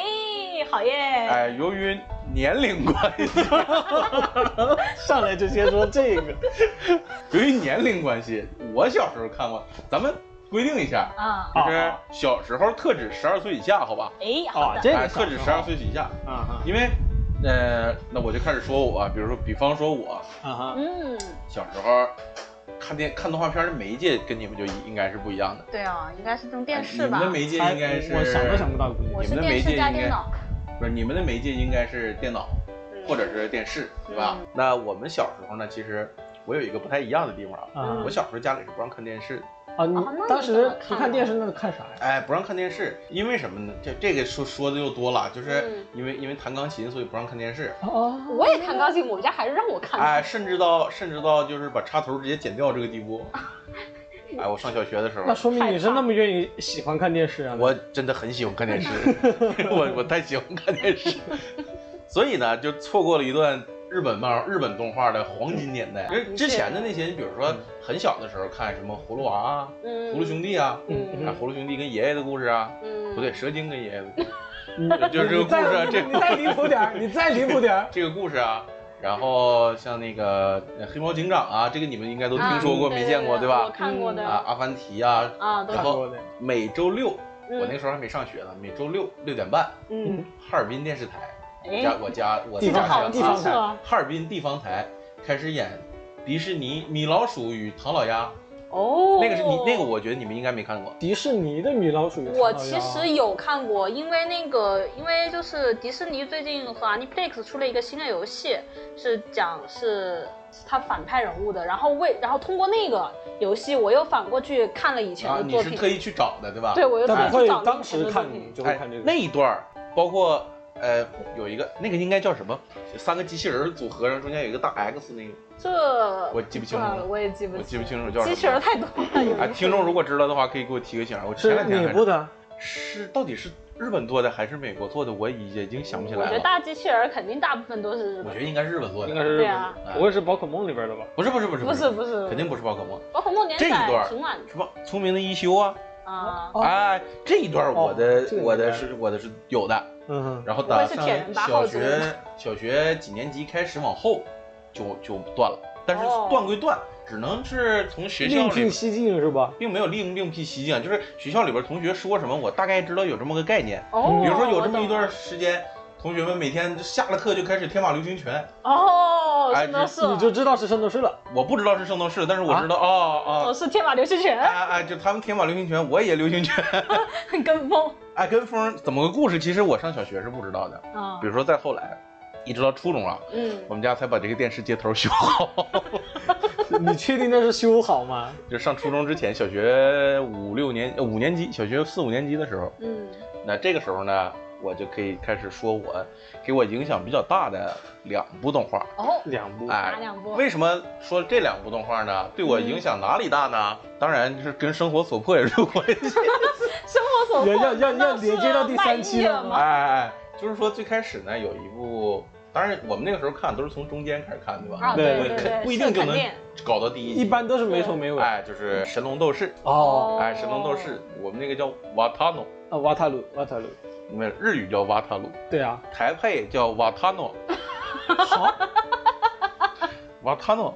S2: 好耶，
S1: 哎，由于年龄关系，
S3: 上来就先说这 个，
S1: 由于年龄关系，我小时候看过，咱们规定一下，
S2: 啊，
S1: 就是小时候特指十二岁以下，好吧？
S2: 哎，好
S3: 啊，
S2: 的，
S3: 这
S1: 哎，
S3: 个
S1: 特指十二岁以下，
S3: 啊哈
S1: 因为，呃，那我就开始说我，啊比如说，比方说我
S3: 啊哈，
S2: 嗯，
S1: 小时候看电看动画片的媒介跟你们就应该是不一样的，哎
S2: 对啊，应该是用电
S1: 你
S2: 视
S1: 们
S2: 吧
S1: 的，媒介应该是
S3: 我想都想不到，估计
S2: 我
S1: 你
S2: 是
S1: 们的媒
S2: 电
S1: 介
S2: 视加
S1: 应该
S2: 电脑，
S1: 不是你们的媒介应该是电脑或者是电视，对吧？
S2: 嗯
S1: 那我们小时候呢，其实我有一个不太一样的地方啊，
S3: 啊
S1: 我小时候家里是不让看电视的。
S3: 啊，你
S2: 嗯哦那你
S3: 当
S2: 怎
S3: 时
S2: 么看
S3: 不
S2: 啊
S3: 看电视，那你看啥呀？
S1: 哎，不让看电视，因为什么呢？这这个说说的又多了，就是
S2: 嗯
S1: 因为因为弹钢琴，所以不让看电视。
S3: 哦，
S2: 我也弹钢琴，我们家还是让我看的，
S1: 哎，甚至到甚至到就是把插头直接剪掉这个地 步。哎，我上小学的时
S3: 那
S1: 候，
S3: 说明你是那么愿意喜欢看电视啊？
S1: 我真的很喜欢看电 视，我我太喜欢看电视，所以呢，就错过了一段日本漫日本动画的黄金年代。因
S2: 嗯
S1: 为之前的那些，你比如说很小的时候看什么葫芦娃啊、
S2: 嗯，
S1: 葫芦兄弟啊，
S2: 嗯
S1: 啊葫芦兄弟跟爷爷的故事啊，
S2: 嗯，
S1: 不对，蛇精跟爷爷的故事，
S3: 你
S1: 就是这个故事啊
S3: 你再
S1: 这
S3: 你再离谱点儿，你再离谱 点儿。
S1: 这个故事啊。然后像那个呃黑猫警长啊，这个你们应该都听说过，
S2: 啊
S1: 没见过
S2: 对
S1: 吧？
S2: 我看过的
S1: 啊，阿凡提啊，
S2: 啊，都
S1: 然
S3: 看过
S1: 后
S3: 的
S1: 每周六，
S2: 嗯
S1: 我那时候还没上学呢，每周六六点半，
S2: 嗯，
S1: 哈尔滨电视台，我家
S2: 哎，
S1: 我家我
S3: 地
S1: 家
S3: 方
S1: 乡
S3: 台地方
S2: 台
S1: 哈尔滨地方台开始演迪士尼《米老鼠与唐老鸭》，
S2: 哦，
S1: 那个是你那个，我觉得你们应该没看过。
S3: 迪士尼的米老鼠与唐老鸭，
S2: 我其实有看过，因为那个，因为就是迪士尼最近和 Aniplex 出了一个新的游戏，是讲是是他反派人物的，然后为然后通过那个游戏，我又反过去看了以前
S1: 啊，
S2: 的
S1: 你
S2: 作
S1: 是
S2: 品，
S1: 特意去找的对吧？
S2: 对我又
S3: 但
S2: 特
S3: 不
S2: 意
S3: 会
S2: 去找了
S3: 当
S2: 以前
S3: 时
S2: 的作
S3: 看
S2: 品，
S3: 就会
S1: 哎
S3: 看这个。
S1: 那一段儿包括呃有一个那个应该叫什么？三个机器人儿组合，然后中间有一个大 X 那个，
S2: 这啊
S1: 我记不清楚了
S2: 我也记不
S1: 我记不清楚叫什么。
S2: 机器人太多了，有
S1: 哎，
S2: 一
S1: 听众如果知道的话，可以给我提个醒儿。我前
S3: 是
S1: 两天
S3: 哪
S1: 还
S3: 部的？
S1: 是到底是日本做的还是美国做的，我已已经想不起
S2: 我
S1: 来
S2: 觉得
S1: 了。
S2: 大机器人肯定大部分都是日
S1: 我
S2: 本
S1: 觉得应该是日本做的，
S3: 应该是
S2: 对啊
S3: 不会是宝可梦里边的吧？
S1: 不是不是不是
S2: 不是不是哦
S1: 肯定不是宝可梦，
S2: 宝可梦连
S1: 这一段
S2: 载
S1: 儿
S2: 挺晚的
S1: 什么聪明的一休啊，
S2: 啊，
S3: 哦
S1: 哎，这一段我
S3: 哦
S1: 的
S3: 这个
S1: 我的
S3: 应该
S1: 是我的是有的，
S3: 嗯哼，
S1: 然后
S2: 不
S1: 打
S2: 会是铁
S1: 上
S2: 人吧
S1: 小
S2: 后族
S1: 学小学几年级开始往后就就断了，但是
S2: 哦
S1: 断归断，只能是从学校
S3: 另
S1: 里
S3: 辟。蹊径是吧？
S1: 并没有另另辟蹊径，就是学校里边同学说什么，我大概知道有这么个概念。
S2: 哦，
S1: 比如说有这
S2: 我
S1: 么一
S2: 懂了
S1: 段时间，同学们每天就下了课就开始天马流星拳，
S2: 哦，
S1: 哎
S2: 圣斗
S1: 这
S2: 士，
S3: 你就知道是圣斗士了。
S1: 我不知道是圣斗士，但是我
S3: 啊
S1: 知道哦
S2: 我
S1: 哦，
S2: 是天马流星
S1: 哎
S2: 拳，
S1: 哎哎，就他们天马流星拳，我也流星拳，
S2: 跟风
S1: 哎，跟风怎么个故事？其实我上小学是不知道的，
S2: 啊
S1: 比，如说再后来，一直到初中啊，
S2: 嗯，
S1: 我们家才把这个电视接头修好，
S3: 你确定那是修好吗？
S1: 就上初中之前，小学五六年呃五年级，小学四五年级的时候，
S2: 嗯，
S1: 那这个时候呢，我就可以开始说我给我影响比较大的两部动画。
S2: 哦，
S3: 两部
S1: 哎
S2: 哪两部，
S1: 为什么说这两部动画呢？对我影响哪里大呢？当然是跟生活所迫也是有关系。
S2: 生活所迫
S3: 要要要
S2: 难道是
S3: 连接到第三期
S1: 哎
S3: 了
S2: 卖艺
S3: 吗
S2: 吗？
S1: 哎，哎，就是说最开始呢，有一部，当然我们那个时候看都是从中间开始看，哎对吧？
S2: 啊，
S3: 对
S2: 对
S3: 对
S2: 对，
S1: 不一
S2: 是
S1: 定就
S2: 肯
S1: 能
S2: 定
S1: 搞到第一集。
S3: 一般都是没头没尾。
S1: 哎，就是《神龙斗士》
S3: 哦，
S1: 哎，《神龙斗士》， 我们那个叫瓦塔诺，
S3: 啊，瓦塔鲁，瓦塔鲁，
S1: 你们日语叫瓦塔鲁，
S3: 对啊，
S1: 台配叫瓦塔诺，
S3: 好，
S1: 瓦塔诺，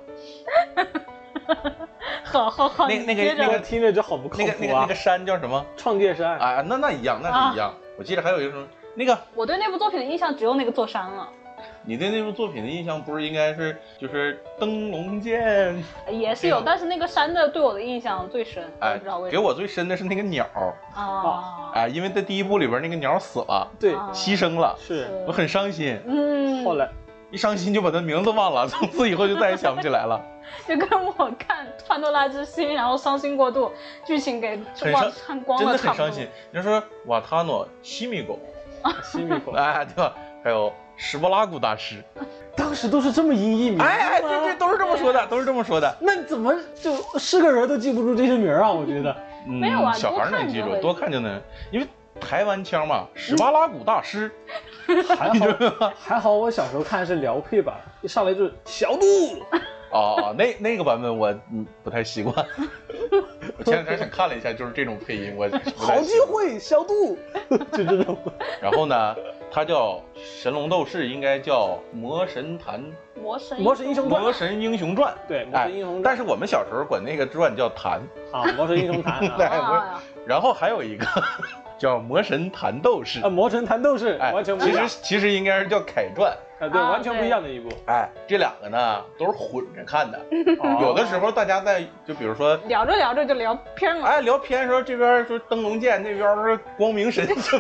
S2: 好好好，
S1: 那
S2: 你
S1: 那个
S2: 接着
S3: 这个听着就好不靠
S1: 那个那
S3: 谱
S1: 个那
S3: 啊
S1: 个！山叫什么？
S3: 创界山，
S1: 啊，那那一样，那是一样。我记得还有一个什么，那个
S2: 我对那部作品的印象只有那个座山了，
S1: 你对那部作品的印象不是应该是就是灯笼剑？
S2: 也是有，但是那个山的对我的印象最深，我也
S1: 哎
S2: 不知道，为
S1: 给
S2: 什么
S1: 我最深的是那个鸟儿，
S2: 啊，
S1: 哎，因为在第一部里边那个鸟死了，
S3: 对，
S2: 啊
S1: 牺牲了，
S3: 是。
S1: 我很伤心。
S2: 嗯，
S3: 后来
S1: 一伤心就把他名字忘了，从此以后就再也想不起来了。
S2: 就跟我看《潘多拉之心》，然后伤心过度，剧情给
S1: 很
S2: 忘
S1: 伤
S2: 看光
S1: 真
S2: 了，
S1: 的
S2: 差
S1: 很
S2: 不多
S1: 伤心。。你就说瓦塔诺、西米狗，
S3: 西米狗，
S1: 哎，对吧？还有什伯拉古大师，
S3: 当时都是这么音译名，
S1: 哎哎，这这都是这么说的，都是这么说的。
S3: 那你怎么就是个人都记不住这些名儿啊？我 觉得，
S1: 嗯
S2: 没有啊
S1: 小
S2: 多
S1: 孩儿
S2: 看
S1: 能
S2: 就
S1: 记住
S2: 会，
S1: 多看就能，因为台湾腔嘛，十八拉古大 师，
S3: 还好还好，我小时候看的是辽配版，一上来就是小度，
S1: 哦，那那个版本我嗯不太习惯。 我前两天想看了一下，就是这种配音，我不太习惯
S3: 好机。会，小度，就这种。
S1: 然后呢，它叫《神龙斗士》，应该叫《魔神坛》
S2: 魔神
S3: 魔神英
S1: 《
S3: 雄
S1: 魔神英雄传》。
S3: 对，魔
S1: 哎
S3: 神英雄，
S1: 但
S3: 传
S1: 是我们小时候管那个传叫坛。
S3: 啊，魔神英雄坛啊，
S1: 对
S2: 啊，
S1: 然后还有一个 叫《魔神坛斗士
S3: 啊，》，魔神坛斗士，
S1: 哎，
S3: 完全不
S1: 其
S3: 一样
S1: 实其实应该是叫凯传。
S3: 啊，对，
S2: 啊
S3: 完全不一样的一部。
S1: 哎，这两个呢都是混着看的，
S3: 哦
S1: 有的时候大家在就比如说。
S2: 聊着聊着就聊偏了，啊
S1: 哎，聊天的时候这边说灯笼剑，那边说光明 神，就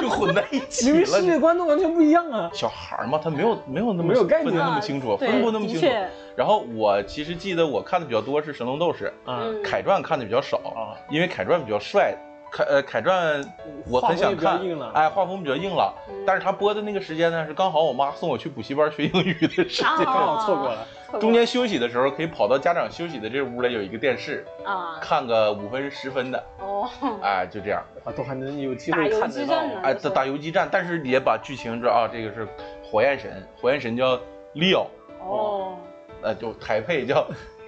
S1: 就混在一起
S3: 因为世
S1: 了。
S3: 界观都完全不一样啊。
S1: 小孩儿嘛，他没有没有那么
S3: 没有概念
S1: 分得那
S2: 啊
S1: 么清楚，
S2: 对
S1: 分不那么
S2: 的
S1: 清楚。
S2: 确
S1: 然后我其实记得我看的比较多是《神龙斗士》，
S2: 嗯，
S1: 啊凯传看的比较少，
S3: 啊，
S1: 因为凯传比较帅。凯呃凯传我很想
S3: 画风也
S1: 看
S3: 比较硬朗，
S1: 哎，画风比较硬朗。
S2: 嗯
S1: 但是他播的那个时间呢，是刚好我妈送我去补习班学英语的时
S2: 啊
S1: 间，
S3: 刚好错过了。
S1: 中间休息的时候可以跑到家长休息的这屋里有一个电视，
S3: 嗯
S2: 啊，
S1: 看个五分十分的，
S2: 哦，
S1: 哎，就这样。
S3: 啊，都还能有机
S2: 打
S3: 会
S2: 游
S3: 看
S2: 击
S3: 得
S2: 战呢
S3: 到。
S1: 哎，
S2: 就是
S1: 打打游击战，但是也把剧情这啊，这个是火焰神，火焰神叫利奥，
S2: 哦，
S1: 呃，就台配叫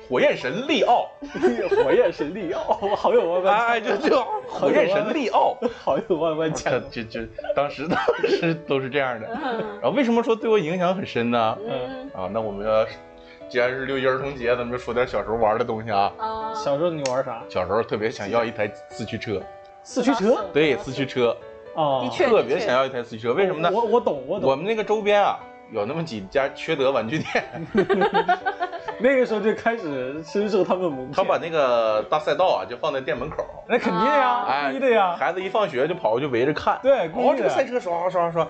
S1: 火焰神利 奥，
S3: 火焰神利奥，我好有万万，
S1: 哎，就就火焰神利 奥，
S3: 好有万万
S1: 这
S3: 强。
S1: 这这，当时当时都是这样的。
S2: 嗯
S1: 然后为什么说对我影响很深呢？
S2: 嗯
S1: 啊，那我们要，既然是六一儿童节，咱们就说点小时候玩的东西啊。
S2: 啊，
S3: 小时候你玩啥？
S1: 小时候特别想要一台四驱车，
S3: 四驱车
S1: 对，四驱车，
S3: 啊，
S2: 的确
S1: 特别想要一台四驱车，为什么呢？
S3: 我我懂，我
S1: 我
S3: 懂。
S1: 们那个周边啊，有那么几家缺德玩具店，
S3: 那个时候就开始深受他们蒙
S1: 他
S3: 骗。
S1: 把那个大赛道啊就放在店门口，
S3: 那肯定的
S2: 哦
S3: 呀，
S1: 哎
S3: 必须的呀。
S1: 孩子一放学就跑过去围着看，
S3: 对，故
S1: 哦，
S3: 意
S1: 这个赛
S3: 的。
S1: 车刷刷刷刷。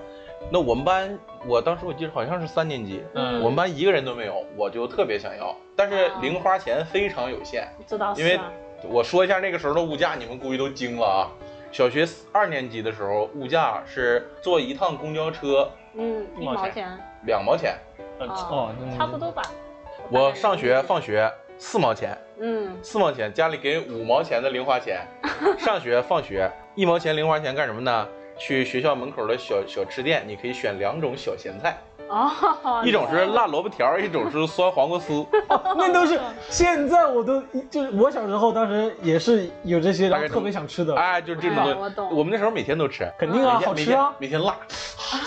S1: 那我们班，我当时我记得好像是三年级，
S2: 嗯
S1: 我们班一个人都没有，我就特别想要，但是
S2: 啊
S1: 零花钱非常有限。
S2: 知道啊
S1: 因
S2: 是
S1: 为
S2: 吧？
S1: 我说一下那个时候的物价，你们估计都惊了啊！小学四二年级的时候，物价是坐一趟公交车
S2: 嗯，
S3: 一
S2: 一
S3: 毛
S2: 毛
S3: 钱
S2: 钱，
S1: 两毛钱，
S3: 呃
S2: 啊
S3: 哦，那
S2: 差不多。吧。
S1: 我上学放，学四毛钱，
S2: 嗯，
S1: 四毛钱家里给五毛钱的零花 钱，上学放学一毛钱零花钱干什么呢？去学校门口的小小吃店，你可以选两种小咸菜，
S2: 哦，
S1: 一种是辣萝卜条，一种是酸黄瓜 丝，
S3: 那都是现在我都就是我小时候当时也是有这些，然
S1: 大概
S3: 后
S1: 懂
S3: 特别想吃的，
S1: 哎，就这种
S2: 哎我
S1: 东西。
S2: 懂
S1: 我们那时候每天都吃，
S3: 肯定啊，
S1: 哎每天
S3: 好吃啊，
S1: 每天每天辣。
S3: 好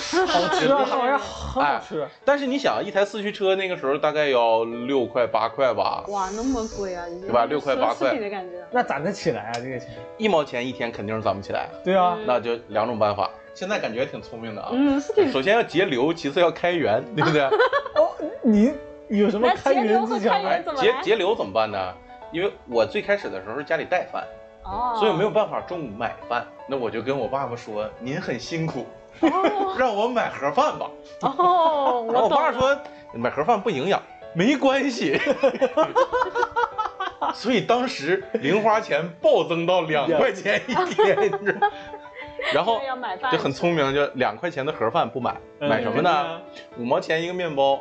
S3: 吃啊，那玩意儿
S1: 哎
S3: 很好 吃。啊
S1: 但是你想，一台四驱车那个时候大概要六块八块吧，
S2: 哇，那么贵啊，对
S1: 对吧六块八块
S2: 的感觉。
S3: 那攒得起来啊，这个钱。
S1: 一毛钱一天肯定是攒不起来，
S3: 对啊，
S2: 嗯
S1: 那就两种办法。现在感觉挺聪明的啊，
S2: 嗯，是挺。
S1: 首先要节流，其次要开源，对不 对？
S3: 哦，你有什么
S2: 那
S3: 开
S2: 节
S3: 源
S2: 流
S3: 技
S2: 和
S3: 巧
S2: 开
S3: 吗？
S2: 源
S1: 哎
S2: 怎，么
S1: 节
S2: 来？
S1: 节流怎么办呢？因为我最开始的时候是家里带饭，
S2: 哦，
S1: 所以没有办法中午买饭，那我就跟我爸爸说：“您很辛苦，
S2: 哦。
S1: 让我买盒饭吧。”
S2: 哦，
S1: 然后
S2: 我
S1: 我
S2: 懂
S1: 爸
S2: 了。
S1: 说买盒饭不营养，没关 系。 所以当时零花钱暴增到两块钱一天，你知道吗？然后
S2: 因为要买饭
S1: 就很聪明，就两块钱的盒饭不买，
S3: 嗯
S1: 买什么呢？？五毛钱一个面包，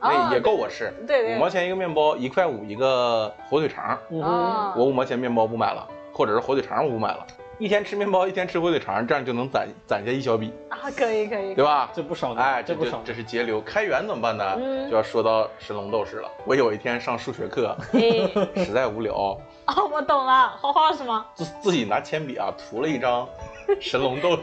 S1: 那也够我吃。
S2: 对对
S1: 五毛钱一个面包，一块五一个火腿肠。
S3: 嗯哼，
S2: 啊，
S1: 我五毛钱面包不买了，或者是火腿肠我不买了，一天吃面包，一天吃火腿肠，这样就能攒攒下一小笔，
S2: 啊，可以 可以，
S1: 对吧？
S3: 这不少的，
S1: 哎，这
S3: 不
S1: 就
S3: 少的
S1: 这。是节流。开源怎么办呢？
S2: 嗯
S1: 就要说到神龙斗士了。我有一天上数学课，
S2: 哎，
S1: 实在无聊，
S2: 哦，我懂了，画画是吗？
S1: 自自己拿铅笔啊涂了一张神龙斗士。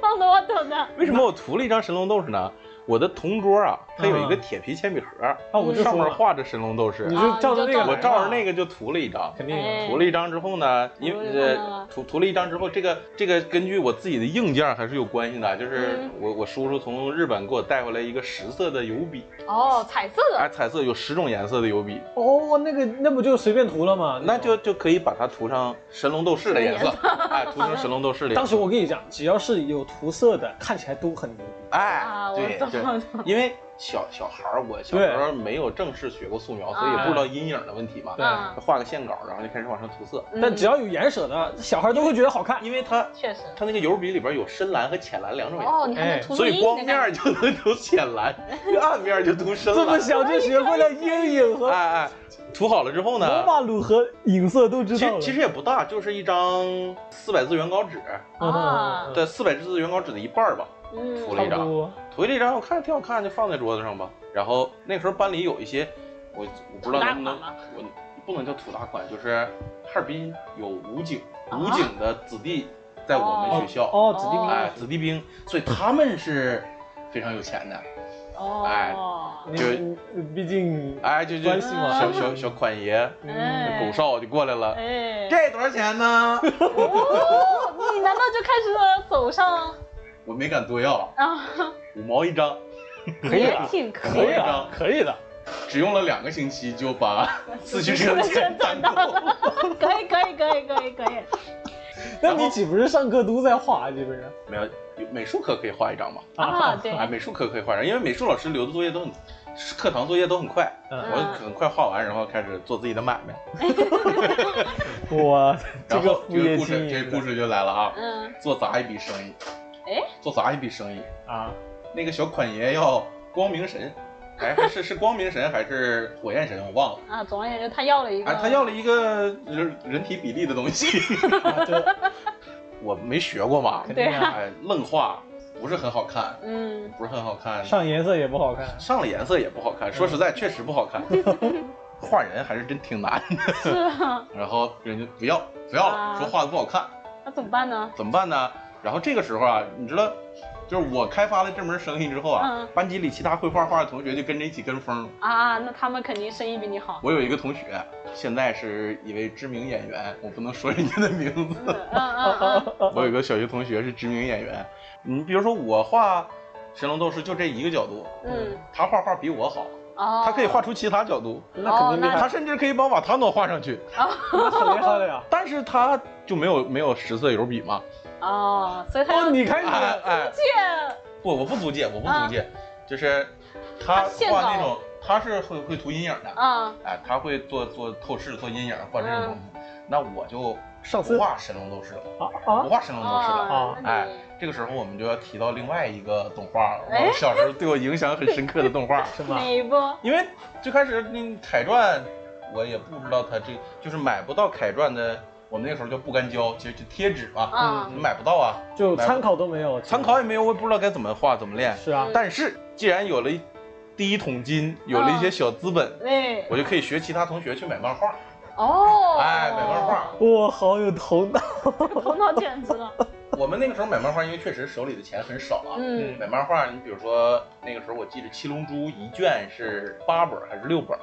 S2: 懂的，我懂的。
S1: 为什么我涂了一张神龙斗士呢？我的同桌啊，他有一个
S3: 嗯
S1: 铁皮铅笔盒，
S3: 啊，我就
S1: 上
S3: 说
S1: 面
S3: 了，
S1: 画着神龙斗士
S3: 你，
S2: 啊
S3: 就照着那个，
S1: 我照着那
S3: 个，
S1: 个就涂了一张。
S3: 肯定啊
S2: 哎
S3: 有。
S1: 涂了一张之后呢，因为
S2: 涂了一张
S1: 呃
S2: 啊
S1: 涂涂了一张之后，这个这个根据我自己的硬件还是有关系的，就是
S2: 嗯
S1: 我我叔叔从日本给我带回来一个十色的油笔，
S2: 哦，彩色的，
S1: 哎，彩色有十种颜色的油笔，
S3: 哦，那个那不就随便涂了吗？
S1: 那
S3: 种
S1: 就就可以把它涂上神龙斗士的颜色，哎，涂成神龙斗士的颜色。
S3: 当时我跟你讲，只要是有涂色的，看起来都很牛逼。
S1: 哎
S2: 啊，
S1: 对
S2: 我懂
S1: 对
S2: 我，
S1: 因为小小孩儿，我小时候没有正式学过素描，所以也
S2: 啊
S1: 不知道阴影的问题嘛，
S3: 对
S2: 嗯
S1: 画个线稿，然后就开始往上涂色，
S2: 嗯
S3: 但只要有颜色的，小孩都会觉得好看。
S1: 因为它
S2: 确实。
S1: 它那个油笔里边有深蓝和浅蓝两种颜色。
S2: 哦，你还能涂出
S1: 嗯哎所
S2: 阴
S1: 以光
S2: 影的
S1: 面
S2: 感
S1: 儿
S2: 觉。
S1: 就能涂浅蓝，暗面儿就涂深
S3: 这么
S1: 蓝。
S3: 小就学会了阴影和
S1: 哎哎，涂好了之后
S3: 罗
S1: 呢，
S3: 马鲁和影色都知
S1: 其
S3: 道
S1: 实
S3: 了。
S1: 其实也不大，就是一张四百字原稿纸，
S2: 啊
S1: 对，四百字原稿纸的一半儿吧。涂
S2: 嗯，
S1: 了一
S3: 差
S1: 张
S3: 不多。
S1: 涂这张我看着挺好看，就放在桌子上吧。然后那时候班里有一些，我我不知道能不能
S2: 土大款，
S1: 我不能叫土大款，就是哈尔滨有武警，武警的子弟在我们学校，
S3: 哦，子弟兵。
S1: 哎，子弟兵，所以他们是非常有钱的。
S2: 哦，
S3: 你
S1: 就
S3: 你毕竟
S1: 哎，就就
S3: 关系嘛
S1: 小小小款爷，
S3: 嗯
S2: 哎
S1: 狗少就过来了，
S2: 哎，
S1: 这多少钱呢？
S2: 哦，你难道就开始了走上
S1: 我没敢多要，
S2: 啊？
S1: 五毛一张，
S3: 可以
S2: 也
S1: 啊
S3: 了，
S2: 挺可
S3: 可以
S2: 以。
S3: 了，可以的。
S1: 只用了两个星期就把四驱车的钱攒够了。
S2: 可以可以可以可以可以，
S3: 那你岂不是上课都在画，啊基本上？
S1: 没有，美术课可以画一张嘛？
S2: 啊对
S1: 哎，美术课可以画一张，因为美术老师留的作业都很，课堂作业都很快，
S3: 嗯
S1: 我很快画完，然后开始做自己的买卖。
S3: 我这
S1: 然
S3: 个
S1: 后
S3: 副
S1: 这
S3: 业
S1: 个故
S3: 经
S1: 事，这
S3: 营
S1: 个
S3: 的
S1: 故事就来了啊，
S2: 嗯，
S1: 做砸一笔生意，
S2: 哎，
S1: 做砸一笔生意，
S3: 啊，
S1: 那个小款爷要光明神，哎，还是是光明神还是火焰神，我忘了。
S2: 啊，总而言之，他要了一个，
S1: 哎，他要了一个人人体比例的东西，
S3: 啊对
S1: 我没学过嘛，
S3: 肯
S2: 对
S3: 定
S2: 啊
S3: 啊，
S1: 哎，愣画不是很好看，
S2: 嗯，
S1: 不是很好看，
S3: 上颜色也不好看。
S1: 上了颜色也不好看，说实
S2: 嗯
S1: 在确实不好 看，画人还是真挺难的。
S2: 是啊，
S1: 然后人家不要不要了，
S2: 啊
S1: 说画的不好看，
S2: 那怎么办呢？
S1: 怎么办呢？然后这个时候啊，你知道，就是我开发了这门生意之后啊
S2: 嗯，
S1: 班级里其他会画画的同学就跟着一起跟风。
S2: 啊，那他们肯定生意比你好。
S1: 我有一个同学，现在是一位知名演员，我不能说人家的 名字
S2: 嗯。嗯嗯
S1: 我有个小学同学是知名演员，你比如说我画《神龙斗士》就这一个角度，
S2: 嗯，
S1: 他画画比我好，
S2: 哦，
S1: 他可以画出其他角度，
S3: 那肯定厉
S1: 他
S3: 害，
S1: 甚至可以把瓦塔诺画上去，
S3: 那很厉害了 呀。
S1: 但是他就没有没有十色油笔嘛。
S2: 哦，所以他
S3: 哦，
S2: 要
S3: 你看
S1: 哎
S3: 你，
S1: 哎，
S2: 借
S1: 不，我不租借，我不租借，就是他
S2: 啊他现
S1: 画那
S2: 搞
S1: 种，他是会会涂阴影的，
S2: 啊，嗯
S1: 哎，他会做做透视、做阴影、画这种东西。那我就
S3: 上
S1: 不
S3: 次啊
S1: 画神龙斗士了，
S3: 啊
S1: 不，画神龙斗士了。
S3: 啊
S1: 哎，这个时候我们就要提到另外一个动画，
S2: 哎
S1: 我小时候对我影响很深刻的动画，
S3: 什么
S2: 哪？一波？
S1: 因为最开始那个凯传，我也不知道它这就是买不到凯传的，我们那时候叫不干胶，其实就贴纸嘛，
S2: 啊
S1: 你，买不到啊，
S3: 就参考都没有，
S1: 参考也没有，我也不知道该怎么画怎么练。
S3: 是啊，
S1: 但是既然有了一第一桶金，有了一
S2: 嗯
S1: 些小资本，
S2: 哎，
S1: 我就可以学其他同学去买漫画，
S2: 哦，
S1: 哎，买漫画。
S3: 哇，好有头脑。
S2: 头脑简直了，
S1: 我们那个时候买漫画，因为确实手里的钱很少啊，
S2: 嗯
S1: 买漫画，你比如说那个时候，我记得《七龙珠》一卷是八本儿还是六本儿？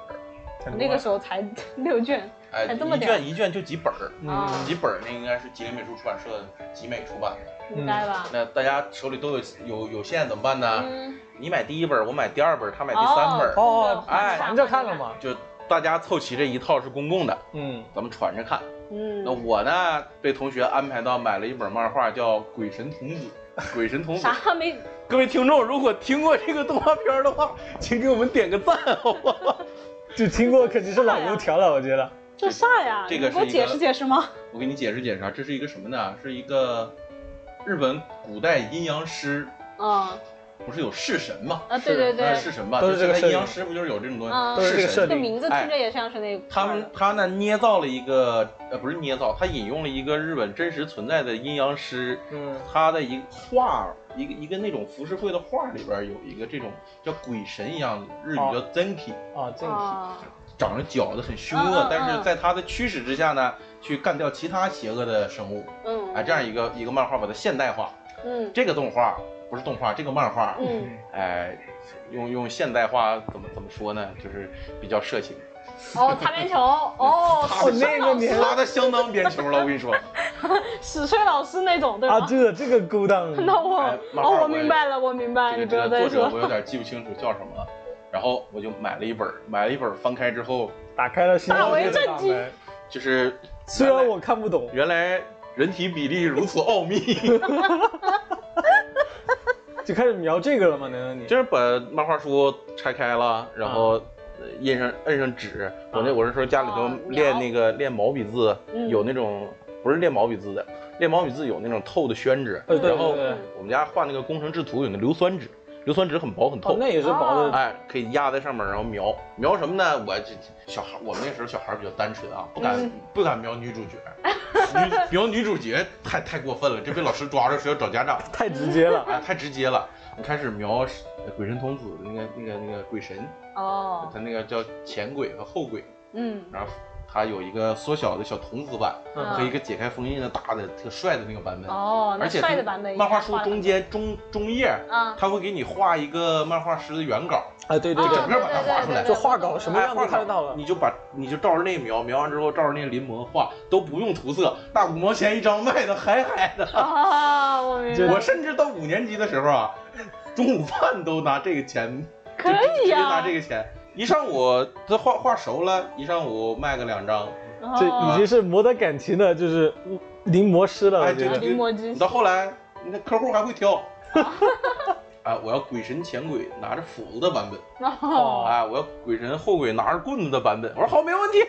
S2: 那个时候才六卷
S1: 哎，
S2: 还这么
S1: 一
S2: 点儿
S1: 卷一卷就几本儿，
S3: 嗯哦
S2: 啊
S1: 几本儿那应该是吉林美术出版社集美出版的。
S2: 应该吧？
S1: 那大家手里都有有有限怎么办呢？
S2: 嗯，
S1: 你买第一本儿，我买第二本儿，他买第三本儿，
S3: 哦，
S1: 哎
S3: 传着看了？嘛，
S1: 就大家凑齐这一套是公共的，
S3: 嗯，
S1: 咱们传着看。
S2: 嗯
S1: 那，我呢，被同学安排到买了一本漫画，叫《鬼神童子》。 鬼神童子，
S2: 啥没？
S1: 各位听众，如果听过这个动画片儿的话，请给我们点个赞，好不好？
S3: 就听过，可只是老油条了，我觉得。
S2: 这啥呀？
S1: 这
S2: 你
S1: 个
S2: 给我
S1: 是一个
S2: 解释解释吗？
S1: 我给你解释解释啊，这是一个什么呢？是一个日本古代阴阳师
S2: 嗯，
S1: 不是有式神吗？
S2: 啊，对对
S1: 那
S2: 对，
S1: 是神吧？
S3: 都
S1: 就是
S3: 这
S1: 现
S3: 个
S1: 在
S3: 设
S1: 阴
S3: 定
S1: 阳师不就是有这种东
S2: 嗯
S1: 西？
S3: 都是
S1: 式
S3: 这个设
S1: 神
S2: 这
S3: 定
S2: 个名字
S1: 哎
S2: 听着也像是那
S1: 他
S2: 块儿
S1: 们
S2: 的
S1: 他呢捏造了一个呃不是捏造，他引用了一个日本真实存在的阴阳师，
S3: 嗯，
S1: 他的一个画儿，一个一个那种浮世绘的画儿里边儿有一个这种叫鬼神一样的，日语
S3: 哦
S1: 叫 zenki，、
S3: 啊，这个
S2: 啊，
S1: 长着角的很凶
S2: 嗯
S1: 恶
S2: 嗯，
S1: 但
S2: 嗯
S1: 是在他的驱使之下呢，去干掉其他邪恶的生物，
S2: 嗯，
S1: 哎，这样一个一个漫画把它现代化，
S2: 嗯
S1: 这个动画不是动画，这个漫画，
S2: 嗯，
S1: 哎，用用现代化怎么怎么说呢，就是比较色情。
S2: 哦，擦边球， 哦，
S1: 哦
S2: 史
S3: 那
S2: 吹
S3: 个
S2: 老
S3: 年
S2: 师，
S1: 拉的相当边球了，我跟你 说，
S2: 史吹老师那种对吧
S3: 啊，？这个这个勾当，
S2: 那我
S1: 哎漫画
S2: 哦，我
S1: 我
S2: 明
S1: 也
S2: 白了，我明白，
S1: 这
S2: 啊
S1: 个
S2: 你不
S1: 这
S2: 要
S1: 个
S2: 再
S1: 作
S2: 说
S1: 者
S2: 了。
S1: 我有点记不清楚叫什么了，然后我就买了一本儿，买了一本儿，翻开之后
S3: 打开了新
S2: 大
S3: 世
S2: 为
S3: 界的
S2: 震
S3: 大
S2: 惊
S3: 门。
S1: 就是
S3: 虽然我看不懂，
S1: 原来人体比例如此奥秘，
S3: 就开始描这个了吗？难道你？
S1: 就是把漫画书拆开了，然后
S3: 啊
S1: 呃印上摁上纸。我那我是说家里头
S2: 哦
S1: 练
S2: 描
S1: 那个练毛笔字
S2: 嗯，
S1: 有那种不是练毛笔字的，练毛笔字有那种透的宣纸，
S3: 呃，对
S1: 然
S3: 对
S1: 后
S3: 对，
S1: 我们家画那个工程制图有那硫酸纸，硫酸纸很薄很
S3: 哦
S1: 透，，
S3: 那也是薄的，
S1: 哎，可以压在上面，然后描描什么呢？我这小孩，我们那时候小孩比较单纯啊，不敢、
S2: 嗯
S1: 不敢描女主角，女描女主角太太过分了，这被老师抓着说要找家长，
S3: 太直接了。
S1: 啊，太直接了。你开始描呃鬼神童子的那个那个那个鬼神，
S2: 哦，
S1: 他那个叫前鬼和后鬼，
S2: 嗯，
S1: 然后他有一个缩小的小童子版
S3: 嗯
S1: 和一个解开封印的大的特帅的那个版本，
S2: 哦，那
S1: 而且
S2: 帅
S1: 它
S2: 的版本，
S1: 漫画书中间中中页。
S2: 啊，
S1: 他会给你画一个漫画师的原稿，
S3: 哎，对对
S2: 哦
S3: 对，
S1: 整个把它画出来
S2: 对对对对
S3: 就画稿什么
S1: 哎
S3: 样都
S1: 画
S3: 看得到了。
S1: 你就把你就照着那描，描完之后照着那临摹画，都不用涂色，那五毛钱一张卖的嗨嗨的。
S2: 啊，我明白，
S1: 我甚至到五年级的时候啊，中午饭都拿这个钱，
S2: 可
S1: 就直
S2: 以
S1: 接
S2: 呀
S1: 拿，这个钱。一上午他画画熟了，一上午卖个两张。
S3: 这
S2: 哦
S3: 已经是磨得感情的，就是临摹师了。
S1: 哎
S3: 我觉
S1: 这
S3: 得
S1: 个
S2: 临摹之
S1: 你到后来，那客户还会挑。啊，我要鬼神前鬼拿着斧子的版本，
S2: 哦，
S1: 啊，我要鬼神后鬼拿着棍子的版本。我说好，没问题，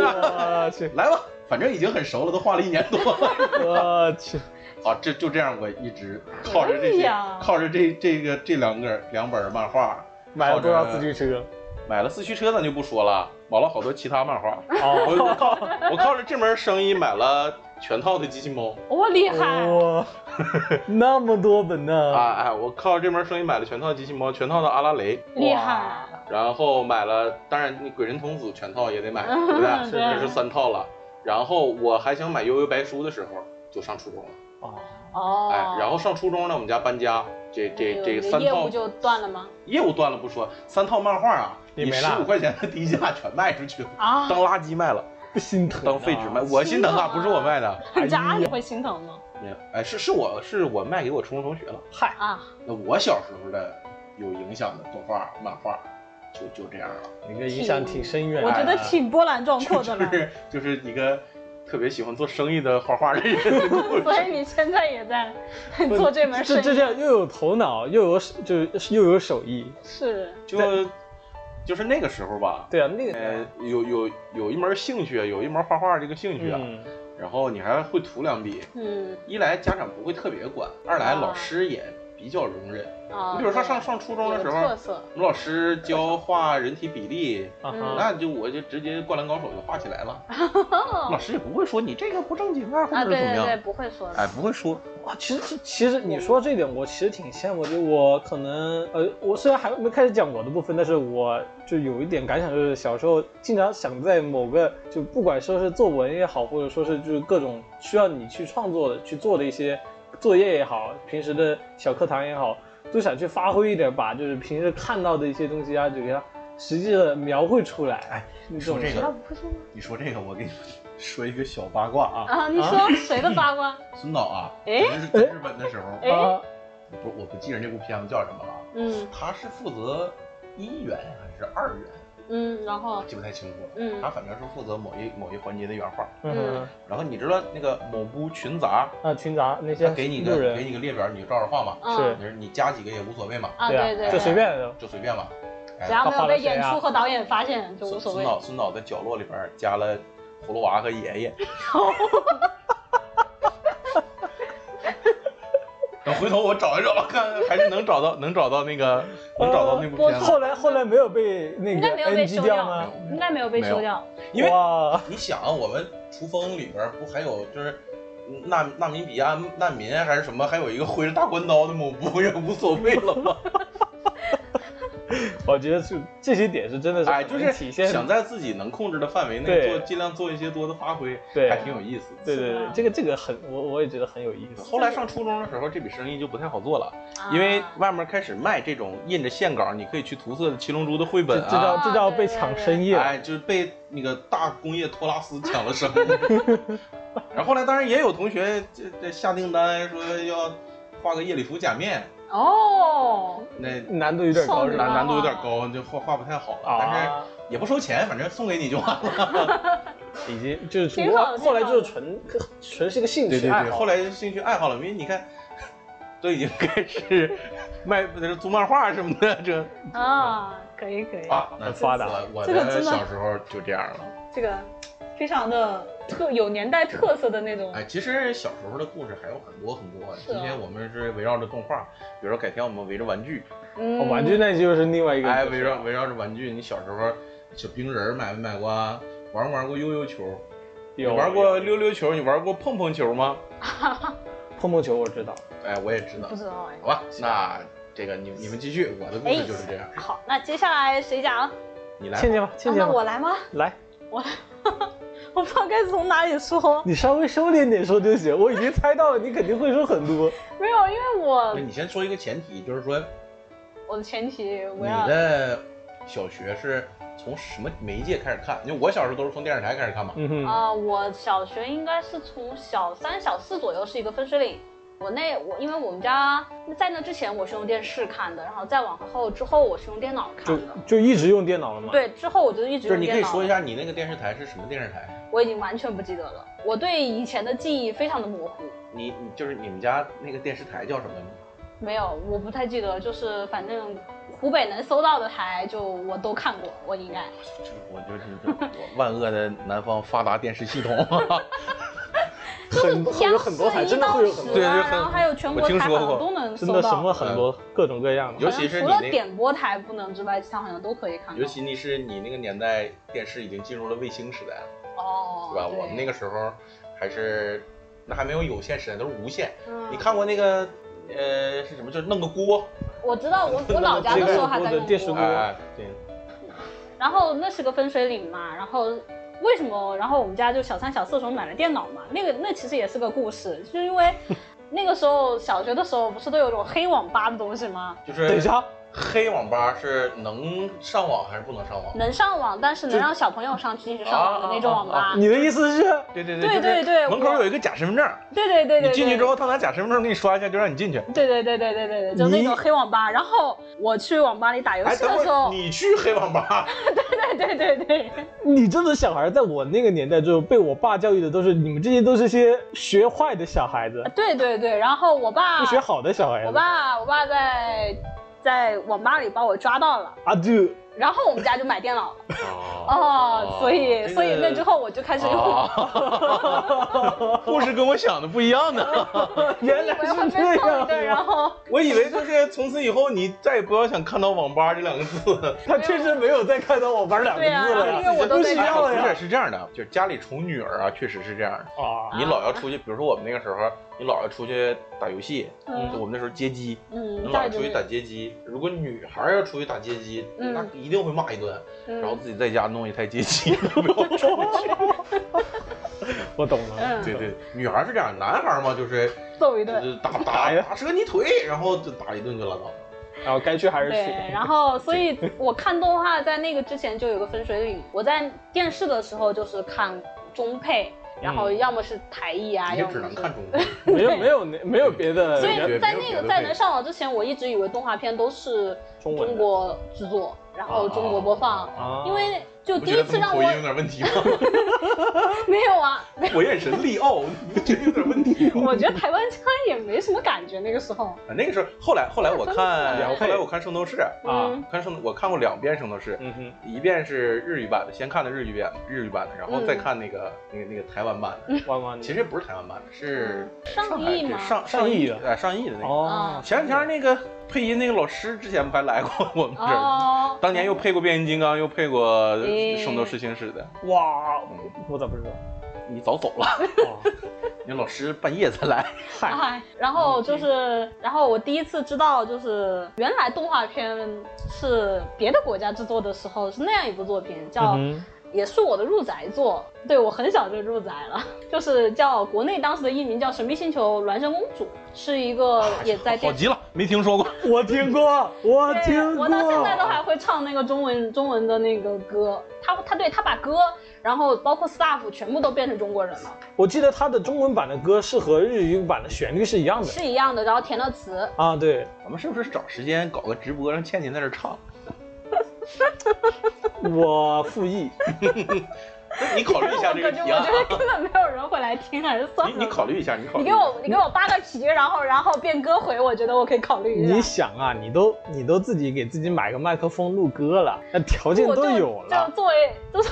S2: 啊
S3: 我去，
S1: 来吧，反正已经很熟了，都画了一年多了。
S3: 我去，
S1: 啊，这就这样，我一直靠着这
S2: 可以
S1: 些，
S2: 呀
S1: 靠着这这个这两个两本漫画，
S3: 买了多少四驱车？
S1: 买了四驱车咱就不说了，买了好多其他漫画。 我
S3: 哦，
S1: 我靠，我靠着这门生意买了全套的机器猫
S2: 我厉害，
S3: 哇，那么多本
S2: 嗯
S3: 呢！
S1: 啊哎，我靠着这门生意买了全套机器猫，全套的阿拉蕾，
S2: 厉害，
S1: 然后买了，当然你鬼神童子全套也得买，对不对？
S2: 对
S1: 这是三套了。然后我还想买悠悠白书的时候，就上初中了。
S3: 哦，
S2: 哦，
S1: 哎，然后上初中呢，我们家搬家，这这
S2: 哎呦
S1: 这
S2: 你的
S1: 三
S2: 业
S1: 套
S2: 务就断了吗？
S1: 业务断了不说，三套漫画啊，
S3: 也
S1: 以
S3: 没
S1: 十
S3: 了
S1: 五块钱的低价全卖出去了，
S2: 啊，
S1: 当垃圾卖了，
S3: 不心疼啊，
S1: 当废纸卖。我心疼啊，不是我卖的，
S3: 哎呀
S2: 渣 你会心疼吗？
S1: 哎，是是我是我卖给我初中同学了。
S3: 嗨，
S2: 啊，
S1: 那我小时候的有影响的动画漫画，就就这样了，
S3: 你这影响挺深远的。啊
S2: 我觉得挺波澜壮阔的
S1: 就
S2: 嘛，
S1: 是就是一个特别喜欢做生意的画画的人的故事。
S2: 所以你现在也在做这门
S3: 这
S2: 生
S3: 这
S2: 意，
S3: 叫又有头脑，又有手就是又有手艺。
S2: 是，
S1: 就就是那个时候吧，
S3: 对啊，那个
S1: 呃，有有有一门兴趣，有一门画画这个兴趣啊，
S3: 嗯，
S1: 然后你还会涂两笔，
S2: 嗯，
S1: 一来家长不会特别管，二来
S2: 啊
S1: 老师也比较容忍。
S2: 啊，
S1: 你比如说
S2: 对
S1: 上上初中的时
S2: 有
S1: 候
S2: 特，色，
S1: 我们老师教画人体比例，
S3: 啊
S2: 嗯
S3: 哈，
S1: 那就我就直接灌篮高手就画起来 了。
S2: 哦
S1: 老师也不会说你这个不正经啊，或
S2: 啊，
S1: 者
S2: 对
S1: 怎么
S2: 对对，
S1: 样，
S2: 不会说
S1: 哎，
S2: 的，
S1: 不会说。
S3: 哇，啊其实其实你说这点，我其实挺羡慕的。就我可能呃，我虽然还没开始讲我的部分，但是我就有一点感想，就是小时候经常想在某个就不管说是作文也好，或者说是就是各种需要你去创作的去做的一些作业也好，平时的小课堂也好，都想去发挥一点，把就是平时看到的一些东西啊，就给它实际的描绘出来。
S1: 哎，
S3: 你懂
S1: 说这
S2: 啊，
S1: 个
S2: 不是吗？
S1: 你说这个，我给你说一个小八卦啊，
S2: 啊，你说谁的八卦？
S1: 孙导啊，
S2: 哎
S1: 咱是在日本的时候，
S2: 哎
S3: 啊，
S1: 不是，我不记得那部片子叫什么了啊，
S2: 嗯
S1: 他是负责一元还是二元，
S2: 嗯，然后
S1: 我记不太清楚了。
S2: 嗯
S1: 他反正是负责某一某一环节的原画，
S3: 嗯哼
S1: 然后你知道那个某部群杂，
S3: 啊，群杂那些
S1: 他给你
S3: 路
S1: 个给
S3: 人
S1: 你个列表，你就照着画嘛。
S2: 啊
S3: 是
S1: 就是你加几个也无所谓嘛，
S2: 啊，
S3: 啊
S2: 对对，
S3: 就随便的。
S1: 就随便嘛。哎
S2: 只要没有被
S3: 他画了谁
S2: 演
S3: 啊
S2: 出和导演发现就无
S1: 孙
S2: 所
S1: 孙
S2: 谓。
S1: 导孙导在角落里边加了葫 芦娃和爷爷。回头我找一找，看看还是能找到，能找到那个，能找到那部
S2: 呃
S1: 片
S3: 后
S1: 吗？
S3: 来后来没有被那
S2: 应
S3: 个
S2: 该没有被
S3: NG
S2: 修
S3: 掉
S2: 掉
S3: 吗？，
S2: 应该没有被修掉。
S1: 因为
S3: 哇，
S1: 哎你想，啊我们厨风里边不还有就是纳纳米比亚难民啊还是什么，还有一个挥着大关刀的吗？不也无所谓了吗？
S3: 我觉得是这些点是真的 是
S1: 哎，就
S3: 能
S1: 是
S3: 体现
S1: 想在自己能控制的范围内
S3: 对
S1: 做，尽量做一些多的发挥，
S3: 对
S1: 还挺有意思的。
S3: 对对
S2: 是
S3: 对
S2: 吧，
S3: 这个这个很我我也觉得很有意思。
S1: 后来上初中的时候，这笔生意就不太好做了，
S2: 啊
S1: 因为外面开始卖这种印着线稿，你可以去涂色的《七龙珠》的绘
S3: 这
S1: 本
S3: 这
S1: 啊，
S3: 叫这叫
S2: 对
S3: 被
S2: 对
S3: 抢
S2: 对
S3: 生意了，
S1: 哎，就是被那个大工业托拉斯抢了生意。 然后后来，当然也有同学这这下订单说要画个夜礼服假面，
S2: 哦，
S1: 那
S3: 难度有点高
S2: 少女
S3: 是
S1: 难
S3: 吧？
S1: 难度有点高，就画画不太好了，但是
S3: 啊，
S1: 也不收钱，反正送给你就完了。
S3: 已经就是
S2: 挺好
S3: 我
S2: 挺
S3: 后来
S2: 好
S3: 就是纯纯是一个兴
S1: 对
S3: 趣
S1: 对
S3: 爱
S1: 对，
S3: 好。
S1: 后来就兴趣爱好了，因为你看，都已经开始卖不是租漫画什么的，这
S2: 啊，可以可以，
S1: 啊
S3: 很发达
S1: 我我
S2: 这个真的
S1: 时候就这样了。
S2: 这个非常的特有年代特色的那种。
S1: 哎，其实小时候的故事还有很多很多。
S2: 是
S1: 今
S2: 啊
S1: 天我们是围绕着动画，比如说改天我们围着玩具，
S2: 嗯，
S3: 玩具那就是另外一个故事
S1: 哎，
S3: 了，
S1: 围绕围绕着玩具，你小时候小冰人儿买没买过啊？玩没玩过悠悠球？你
S3: 有
S1: 玩过溜溜球？你玩过碰碰球吗？
S3: 碰碰球，我知道。
S1: 哎，我也知道
S2: 不。知道哎
S1: 好。吧，那这个你你们继续，我的故事就是这样。
S2: 好，那接下来谁讲？啊
S1: 你来吧，
S3: 倩倩吧，倩倩
S2: 那
S3: 吧，
S2: 我来吗？
S3: 来，
S2: 我来， 我不知道该从哪里说。
S3: 你稍微收敛点说就行。我已经猜到了，你肯定会说很多。
S2: 没有，因为我
S1: 那你先说一个前提，就是说
S2: 我的前提
S1: 你
S2: 围绕
S1: 的小学是从什么媒介开始看？因为我小时候都是从电视台开始看嘛。
S3: 嗯哼，
S2: 啊、我小学应该是从小三、小四左右是一个分水岭。我那我因为我们家在那之前我是用电视看的，然后再往后之后我是用电脑看
S3: 就
S2: 的。
S3: 就一直用电脑了嘛。，
S2: 对，之后我就一直
S1: 就是
S2: 用
S1: 你可
S2: 电
S1: 以
S2: 脑。
S1: 说一，下你那个电视台是什么电视台？
S2: 我已经完全不记得了，我对以前的记忆非常的模糊。
S1: 你你就是你们家那个电视台叫什么吗？
S2: 没有，我不太记得，就是反正湖北能搜到的台就我都看过，我应该。
S1: 这我就是 这万恶的南方发达电视系统。
S3: 很会有很多台，真的会有很多
S1: 对
S2: 对，
S1: 就
S2: 啊，
S1: 很
S2: 然后还有全
S1: 我
S2: 国
S1: 听
S2: 台
S1: 说
S2: 好
S1: 过
S2: 像都能搜
S3: 真
S2: 到。
S3: 的什么很多各种各样的。
S1: 尤其是你
S2: 好像除
S1: 那
S2: 了点播台不能之外，其他好像都可以看到。
S1: 尤其你是你那个年代，电视已经进入了卫星时代了，
S2: 哦，
S1: 对吧？我们那个
S2: 个，
S1: 时候还是那还没有有线时代，都是无线。
S2: 嗯
S1: 你，看过那个呃是什么？就是弄个锅，
S2: 我知道 我我老家的时候还在
S3: 这个
S2: 用
S3: 电视
S2: 过
S3: 锅
S1: 哎哎，对，
S2: 然后那是个分水岭嘛，然后为什么？然后我们家就小三小四的时候买了电脑嘛，那个那其实也是个故事，就是因为那个时候小学的时候不是都有种黑网吧的东西吗？
S1: 就是
S3: 等一下，
S1: 黑网吧是能上网还是不能上网？
S2: 能上网，但是能
S3: 这
S2: 让小朋友上继续上网的那种网吧。
S1: 啊啊
S3: 你的意思是
S1: 对对
S2: 对
S1: 就是
S2: 对对
S1: 门口
S2: 我
S1: 有一个假身份证，
S2: 对对对对对，
S1: 你进去之后，他拿假身份证给你刷一下，就让你进去。
S2: 对对对对对对对，就那种
S3: 你
S2: 黑网吧。然后我去网吧里打游
S1: 哎，
S2: 戏
S1: 等
S2: 的
S1: 会
S2: 时
S1: 儿
S2: 候，
S1: 你去黑网吧，
S2: 对对对对，
S3: 你这种小孩，在我那个年代就被我爸教育的都是你们这些都是些学坏的小孩子，
S2: 对对对。然后我爸
S3: 不，学好的小孩子。
S2: 啊我爸，我爸在在网吧里把我抓到了，
S3: 啊，就
S2: 然后我们家就买电脑了。
S1: 哦，
S2: 哦，所以
S1: 这个
S2: 所以那之后我就开始用，
S1: 哦 故事跟我想的不一样呢。
S3: 原
S2: 以为
S3: 来
S2: 会
S3: 是
S2: 被
S3: 这
S2: 揍一顿，然
S3: 样啊。
S2: 后
S1: 我以为就是从此以后你再也不要想看到网吧这两个 字。
S3: 他确实没有再看到我玩两个字
S2: 对啊
S3: 了
S2: 因为我
S3: 呀，
S2: 都
S3: 不
S2: 在
S3: 需要了
S1: 不是
S3: 呀。
S1: 是这样的，就是家里宠女儿啊，确实是这样的。
S3: 啊
S1: 你老要出去，比如说我们那个时候，你老要出去打游戏，
S2: 嗯
S1: 就我们那时候街机，你
S2: 嗯，
S1: 老
S2: 再
S1: 要
S2: 就
S1: 出去打
S2: 是
S1: 街机。如果女孩儿要出去打街机，
S2: 嗯
S1: 那一定会骂一顿，然后
S2: 嗯
S1: 自己在家弄一台街 机，不要出去。
S3: 我懂了
S2: 嗯，
S1: 对对，女孩儿是这样，男孩儿嘛就是
S2: 揍一
S1: 就
S2: 顿。
S1: 是打
S3: 打
S1: 打
S3: 呀
S1: 打折你腿，然后就打一顿就拉倒了。
S3: 然后该去还是去。
S2: 对，然后所以我看动画在那个之前就有个分水岭，我在电视的时候就是看中配，然后要么是台译啊，
S1: 你也
S2: 要么
S1: 只能
S2: 是
S1: 看中文。
S3: 没有没有那没有别的
S2: 所
S1: 对
S2: 以
S1: 对
S2: 在
S1: 没有别的
S2: 那个在
S1: 配
S2: 能上网之前，我一直以为动画片都是
S3: 中文的哦
S2: 中国制作，然后中国播放，
S1: 啊
S2: 因为就
S1: 不
S2: 第
S1: 觉
S2: 一
S1: 得
S2: 次
S1: 这么
S2: 让
S1: 口
S2: 我
S1: 音有点问题吗？
S2: 没有啊，
S1: 我眼神利奥，你不觉得有点问 题吗？
S2: 我觉得台湾腔也没什么感觉那个时候。
S1: 那个时候，后来后来我
S2: 那
S1: 看，
S3: 分不出来
S1: 后来我看《圣斗士》，
S3: 啊
S2: 嗯，
S1: 看圣我看过两遍《圣斗士》，
S3: 嗯哼，
S1: 一遍是日语版的，先看的日语版日语版的，然
S2: 嗯
S1: 后再看那个、那个那个台湾版的。
S3: 弯弯的
S1: 其实不是台湾版的，是
S2: 嗯上
S1: 海
S2: 亿
S1: 对
S2: 嘛
S1: 上
S3: 上
S1: 亿
S3: 亿的
S1: 哎上亿的那个。
S2: 嗯
S3: 哦，
S1: 前两天那个配音那个老师之前还来过我们这儿，
S2: 哦，
S1: 当年又配过变形金刚，又配过
S2: 嗯
S1: 圣斗士星矢的。
S3: 哇，
S1: 嗯，
S3: 我咋不知道？
S1: 你早走了，
S3: 哦
S1: 你老师半夜才来。
S3: 嗨，
S1: 嗯
S2: 哎，然后就是，然后我第一次知道，就是原来动画片是别的国家制作的时候是那样一部作品，叫、
S3: 嗯
S2: 也是我的入宅作。对我很小就入宅了，就是叫国内当时的译名叫《神秘星球孪生公主》，是一个也在
S1: 好
S2: 电。
S1: 极了，没听说过。
S3: 哼我听过，我听
S2: 对，
S3: 过，
S2: 我到现在
S1: 哦
S2: 都还会唱那个中文中文的那个歌，他他对他把歌，然后包括 staff 全部都变成中国人了，
S3: 我记得它的中文版的歌是和日语版的旋律是一样的
S2: 是一样的，然后填了词，
S3: 啊，对，
S1: 咱们是不是找时间搞个直播，让倩倩在这儿唱？
S3: 我复 议，
S2: 啊
S1: 你考虑一下这个
S2: 我觉
S1: 题
S2: 得
S1: 啊
S2: 我觉。得根本没有人会来听，还是算了。
S1: 你你考，虑一下，你考虑。
S2: 你给我你给我八个题，然后然后变歌回，我觉得我可以考虑
S3: 你
S2: 一下。
S3: 想啊，你都你都自己给自己买个麦克风录歌了，那条件
S2: 我就
S3: 都有
S2: 就
S3: 了，
S2: 作为 就是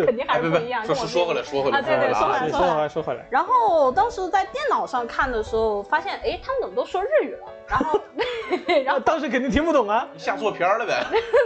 S3: 就
S2: 肯定还
S1: 哎，
S2: 是
S1: 别
S2: 不一样。
S1: 别， 说
S2: 跟我
S1: 说说回来，说回来，
S2: 啊对对
S1: 说回
S2: 说回
S1: 来啊
S2: 来
S3: 哎是
S2: 说
S3: 说回
S2: 回来
S3: 来说回来，
S2: 然后当时在电脑上看的时候，发现哎，他们怎么都说日语了？然后 然
S3: 那
S2: 后
S3: 当时肯定听不懂啊，
S1: 你下错片儿了 呗。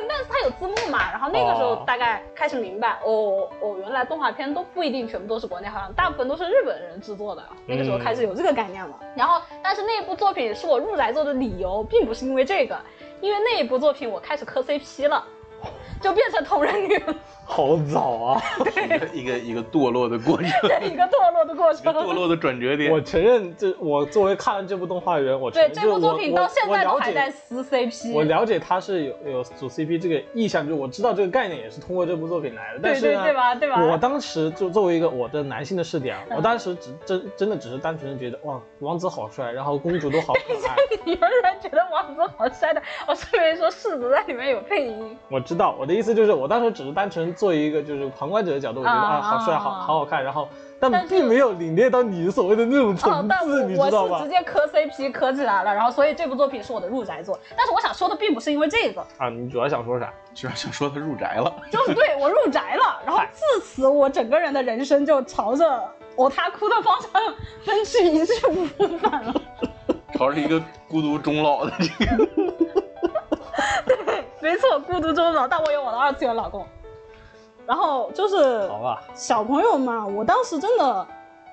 S2: 但是它有字幕嘛，然后那个时
S3: 哦
S2: 候大概开始明白，哦哦，原来动画片都不一定全部都是国内好像大部分都是日本人制作的。那个时
S3: 嗯
S2: 候开始有这个概念了。然后，但是那部作品是我入宅做的理由，并不是因为这个，因为那一部作品我开始磕 CP 了，
S3: 哦
S2: 就变成同人女了
S3: 好早啊！
S1: 一个一个一个堕落的过程，
S2: 的一个堕落的过
S1: 一个堕
S2: 程。
S1: 落的转折点。
S3: 我承认，这我作为看了这部动画的人，我承
S2: 对
S3: 认
S2: 这部作品到
S3: 我
S2: 现
S3: 我
S2: 在都
S3: 了
S2: 还
S3: 解
S2: 在撕 CP，
S3: 我了解他是有有组 CP 这个意向，就是我知道这个概念也是通过这部作品来的，但
S2: 对
S3: 是
S2: 对
S3: 呢，
S2: 对吧对吧？嗯
S3: 我当时就作为一个我的男性的视点啊，我当时只真真的只是单纯的觉得哇，王子好帅，然后公主都好可 爱。
S2: 有人觉得王子好帅的，我顺便说世子在里面有配音，
S3: 我知道我的意思就是，我当时只是单纯做一个就是旁观者的角度，我觉得
S2: 啊
S3: 啊好帅，好
S2: 啊
S3: 好好看，然后
S2: 但
S3: 但
S2: 是
S3: 并没有领略到你所谓的那种
S2: 哦
S3: 层，
S2: 但
S3: 次，你
S2: 我
S3: 知道
S2: 我是
S3: 吧
S2: 直？接磕 CP 磕起来了，然后所以这部作品是我的入宅作。但是我想说的并不是因为这个，
S3: 啊，你主要想说啥？
S1: 居然想说他入宅了，
S2: 就是对我入宅了，然后自此我整个人的人生就朝着我他哭的方向奔去，一去不复返了。
S1: 朝着一个孤独终老的这个。
S2: 没错，孤独终老，但我有我的二次元老公。然后就是
S3: 好啊吧，
S2: 小朋友嘛，我当时真的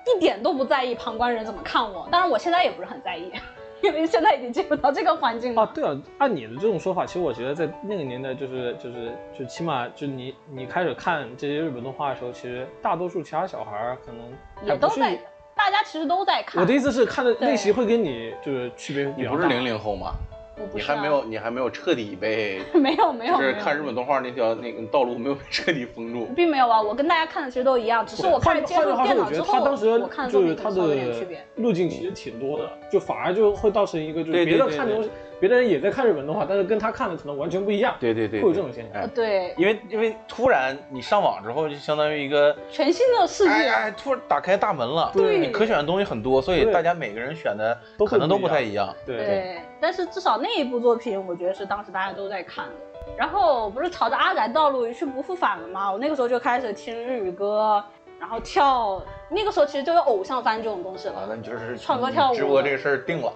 S2: 一点都不在意旁观人怎么看我，当然我现在也不是很在意， 因为现在已经进入到这个环境了。
S3: 啊，对啊，按你的这种说法，其实我觉得在那个年代、就是，就是就起码就你你开始看这些日本动画的时候，其实大多数其他小孩儿可能还
S2: 也都
S3: 不是
S2: 在，大家其实都在看。
S3: 我的意思是看的
S2: 对
S3: 类型会跟你就是区别比
S1: 你
S3: 较
S1: 不是
S3: 大
S1: 零零后吗？
S2: 我不
S1: 你
S2: 是啊
S1: 还没有，你还没有彻底被，
S2: 没有没有
S1: 就
S2: 没
S1: 是
S2: 有
S1: 看日本动画那条那个道路没有被彻底封住。
S2: 并没有啊，我跟大家看的其实都一样，只是我开
S3: 换
S2: 始接
S3: 换句
S2: 触
S3: 话
S2: 电
S3: 说，
S2: 脑
S3: 我觉
S2: 之
S3: 得
S2: 后，
S3: 他当时
S2: 我看的
S3: 就
S2: 作
S3: 是
S2: 品
S3: 他
S2: 可能稍微有点区
S3: 的
S2: 别。
S3: 路径其实挺多的，就反而就会造成一个就是
S1: 对
S3: 别人
S1: 对对
S3: 看的
S1: 对
S3: 东西，别的人也在看日本动画，但是跟他看的可能完全不一样，
S1: 对对对
S3: 会有这种现象
S1: 哎。
S2: 呃对，
S1: 因为因为突然你上网之后，就相当于一个，
S2: 全新的世界。
S1: 哎哎，突然打开大门了。
S3: 对
S1: 你可选的东西很多，所以
S3: 对
S1: 大家每个人选的
S3: 都会
S1: 可能都
S3: 不
S1: 不
S3: 一样
S1: 太一样。
S3: 对，
S2: 对，但是至少那一部作品，我觉得是当时大家都在看的。然后不是朝着阿宅道路一去不复返了吗？我那个时候就开始听日语歌，然后跳。那个时候其实就有偶像番这种东西
S1: 啊，
S2: 了。
S1: 那你就是
S2: 唱歌跳舞
S1: 直播这个事儿定了。